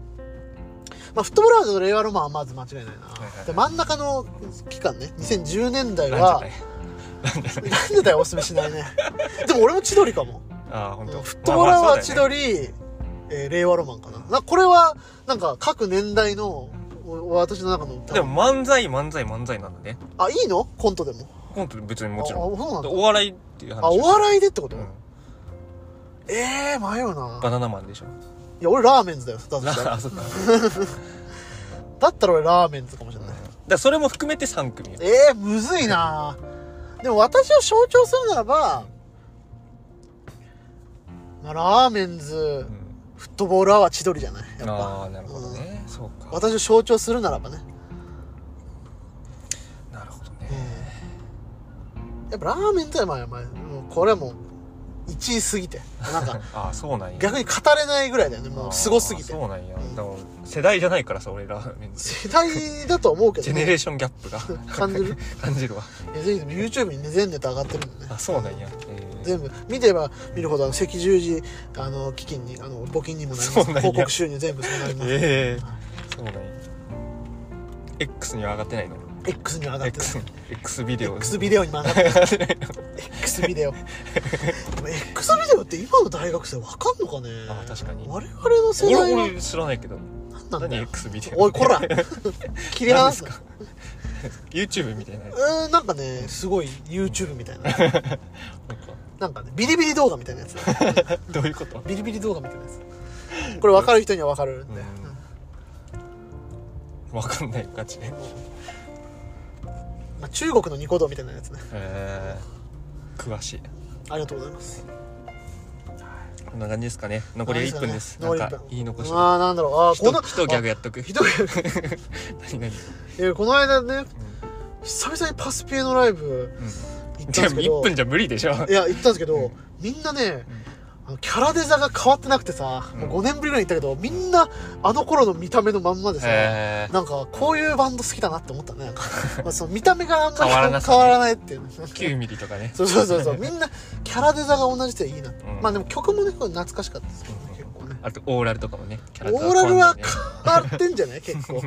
A: あ、フットボールアワードと令和ロマンはまず間違いないな、
B: いはい
A: で真ん中の期間ね2010年代
B: なん
A: は
B: じゃない
A: なんでだよおすすめしない ねでも俺も千鳥かも
B: ああ本当
A: フットボールアワー千
B: まあまあそうだよね
A: 鳥、えー令和ロマンかななこれはなんか各年代のお私の中の歌
B: でも漫才漫才漫才なんだね
A: あいいのコントでも
B: コント別にもちろん
A: ああそうなんだ
B: お笑いっていう話
A: あお笑いでってこと、
B: うん
A: ええー、迷うな
B: バナナマンでしょ
A: いや俺ラーメンズだよだとしたら
B: あそっかだか
A: だったら俺ラーメンズかもしれない
B: らそれも含めて3組よ
A: えー、むずいなでも私を象徴するならば、まあ、ラーメンズ
B: う、ん
A: フットボールアワー千鳥じゃないやっ
B: あ
A: ぱ
B: あなるほどねそうか
A: 私を象徴するならばね、
B: なるほど
A: え
B: ね
A: ーやっぱラーメンズはまあまあもうこれはもう1位すぎてなんか
B: ああそうなんや
A: 逆に語れないぐらいだよねもうすごすぎて
B: あーそうなんやだから世代じゃないからさ俺ら
A: 世代だとは思うけ
B: ジ
A: ど
B: ェネレ
A: ね
B: ーションギャップが
A: 感じる
B: 感じるわ
A: えぜひ YouTube にね全ネタ上がってるんでね
B: あそうなんやえー
A: 全部見てれば見るほどあの赤十字あの基金にあの募金にもなります
B: そうなんや
A: 広告収入全部そうなります
B: ええそうなんや X には上がってないの
A: X に上がってる
B: X, X ビデオ
A: X ビデオにも上がってる X ビデオでも X ビデオって今の大学生わかんのかね
B: あ確かに
A: 我々の世代
B: 俺
A: は
B: 俺知らないけど
A: 何なんだ
B: 何
A: よ
B: X ビデオ
A: おいこら切り離す
B: 何
A: か
B: ですか YouTube みたいなやつ
A: うーんなんかねすごい YouTube みたいな
B: なんか
A: なんかねビリビリ動画みたい なやつ
B: どういうこと
A: ビリビリ動画みたいなやつこれ分かる人には分かるんで、
B: うんわかんないガチで
A: まあ、中国のニコ動みたいなやつね
B: えー、詳しい
A: ありがとうございます
B: こんな感じですかね残り1分です
A: 残り
B: なん
A: 1
B: か
A: 分
B: 言い残し
A: ああなんだろうああこの
B: 一ギャグやっとく
A: 一ギ
B: 何
A: い
B: 何
A: やこの間ね、久々にパスピエのライブ行ったん
B: じ
A: で
B: ゃあ
A: すけど
B: 1分じゃ無理でしょ
A: いや行ったんですけど、みんなね、あのキャラデザが変わってなくてさ、
B: ん
A: もう5年ぶりぐらいに行ったけどみんなあの頃の見た目のまんまでさ、
B: へー
A: なんかこういうバンド好きだなって思ったねなん かまあその見た目があんまり
B: 変わらなさ
A: 変
B: ね
A: わらないっていうね
B: 9ミリとかね
A: そうそうそうそうみんなキャラデザが同じでいいな、
B: ん
A: まあでも曲もねこれ懐かしかったですけどね結構ね
B: あとオーラルとかもねキャラ
A: オーラルは
B: 変わんないね
A: 変わってんじゃない結構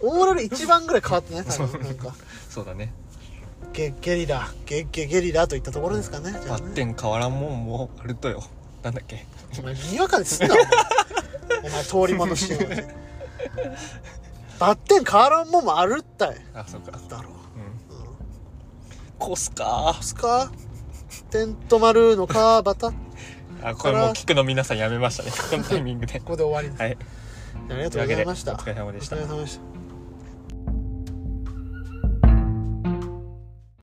A: オーラル一番ぐらい変わってない多分なんか
B: そうだね
A: ゲゲリラゲゲゲリラといったところですかねじゃ
B: バ
A: あ
B: ッ
A: ね
B: テン変わらんもんもあるとよなんだっけ
A: お前にわかですんなお前お前通り魔のシーンはねバッテン変わらんもんもあるったい
B: あそうか
A: だろ
B: コスか
A: スカテントマルーの川端こ
B: あこれもう聞くの皆さんやめましたねこのタイミングで
A: こで終わりです、
B: はい
A: ありがとうございました
B: というわけでお疲れ様でした
A: お疲れ様でした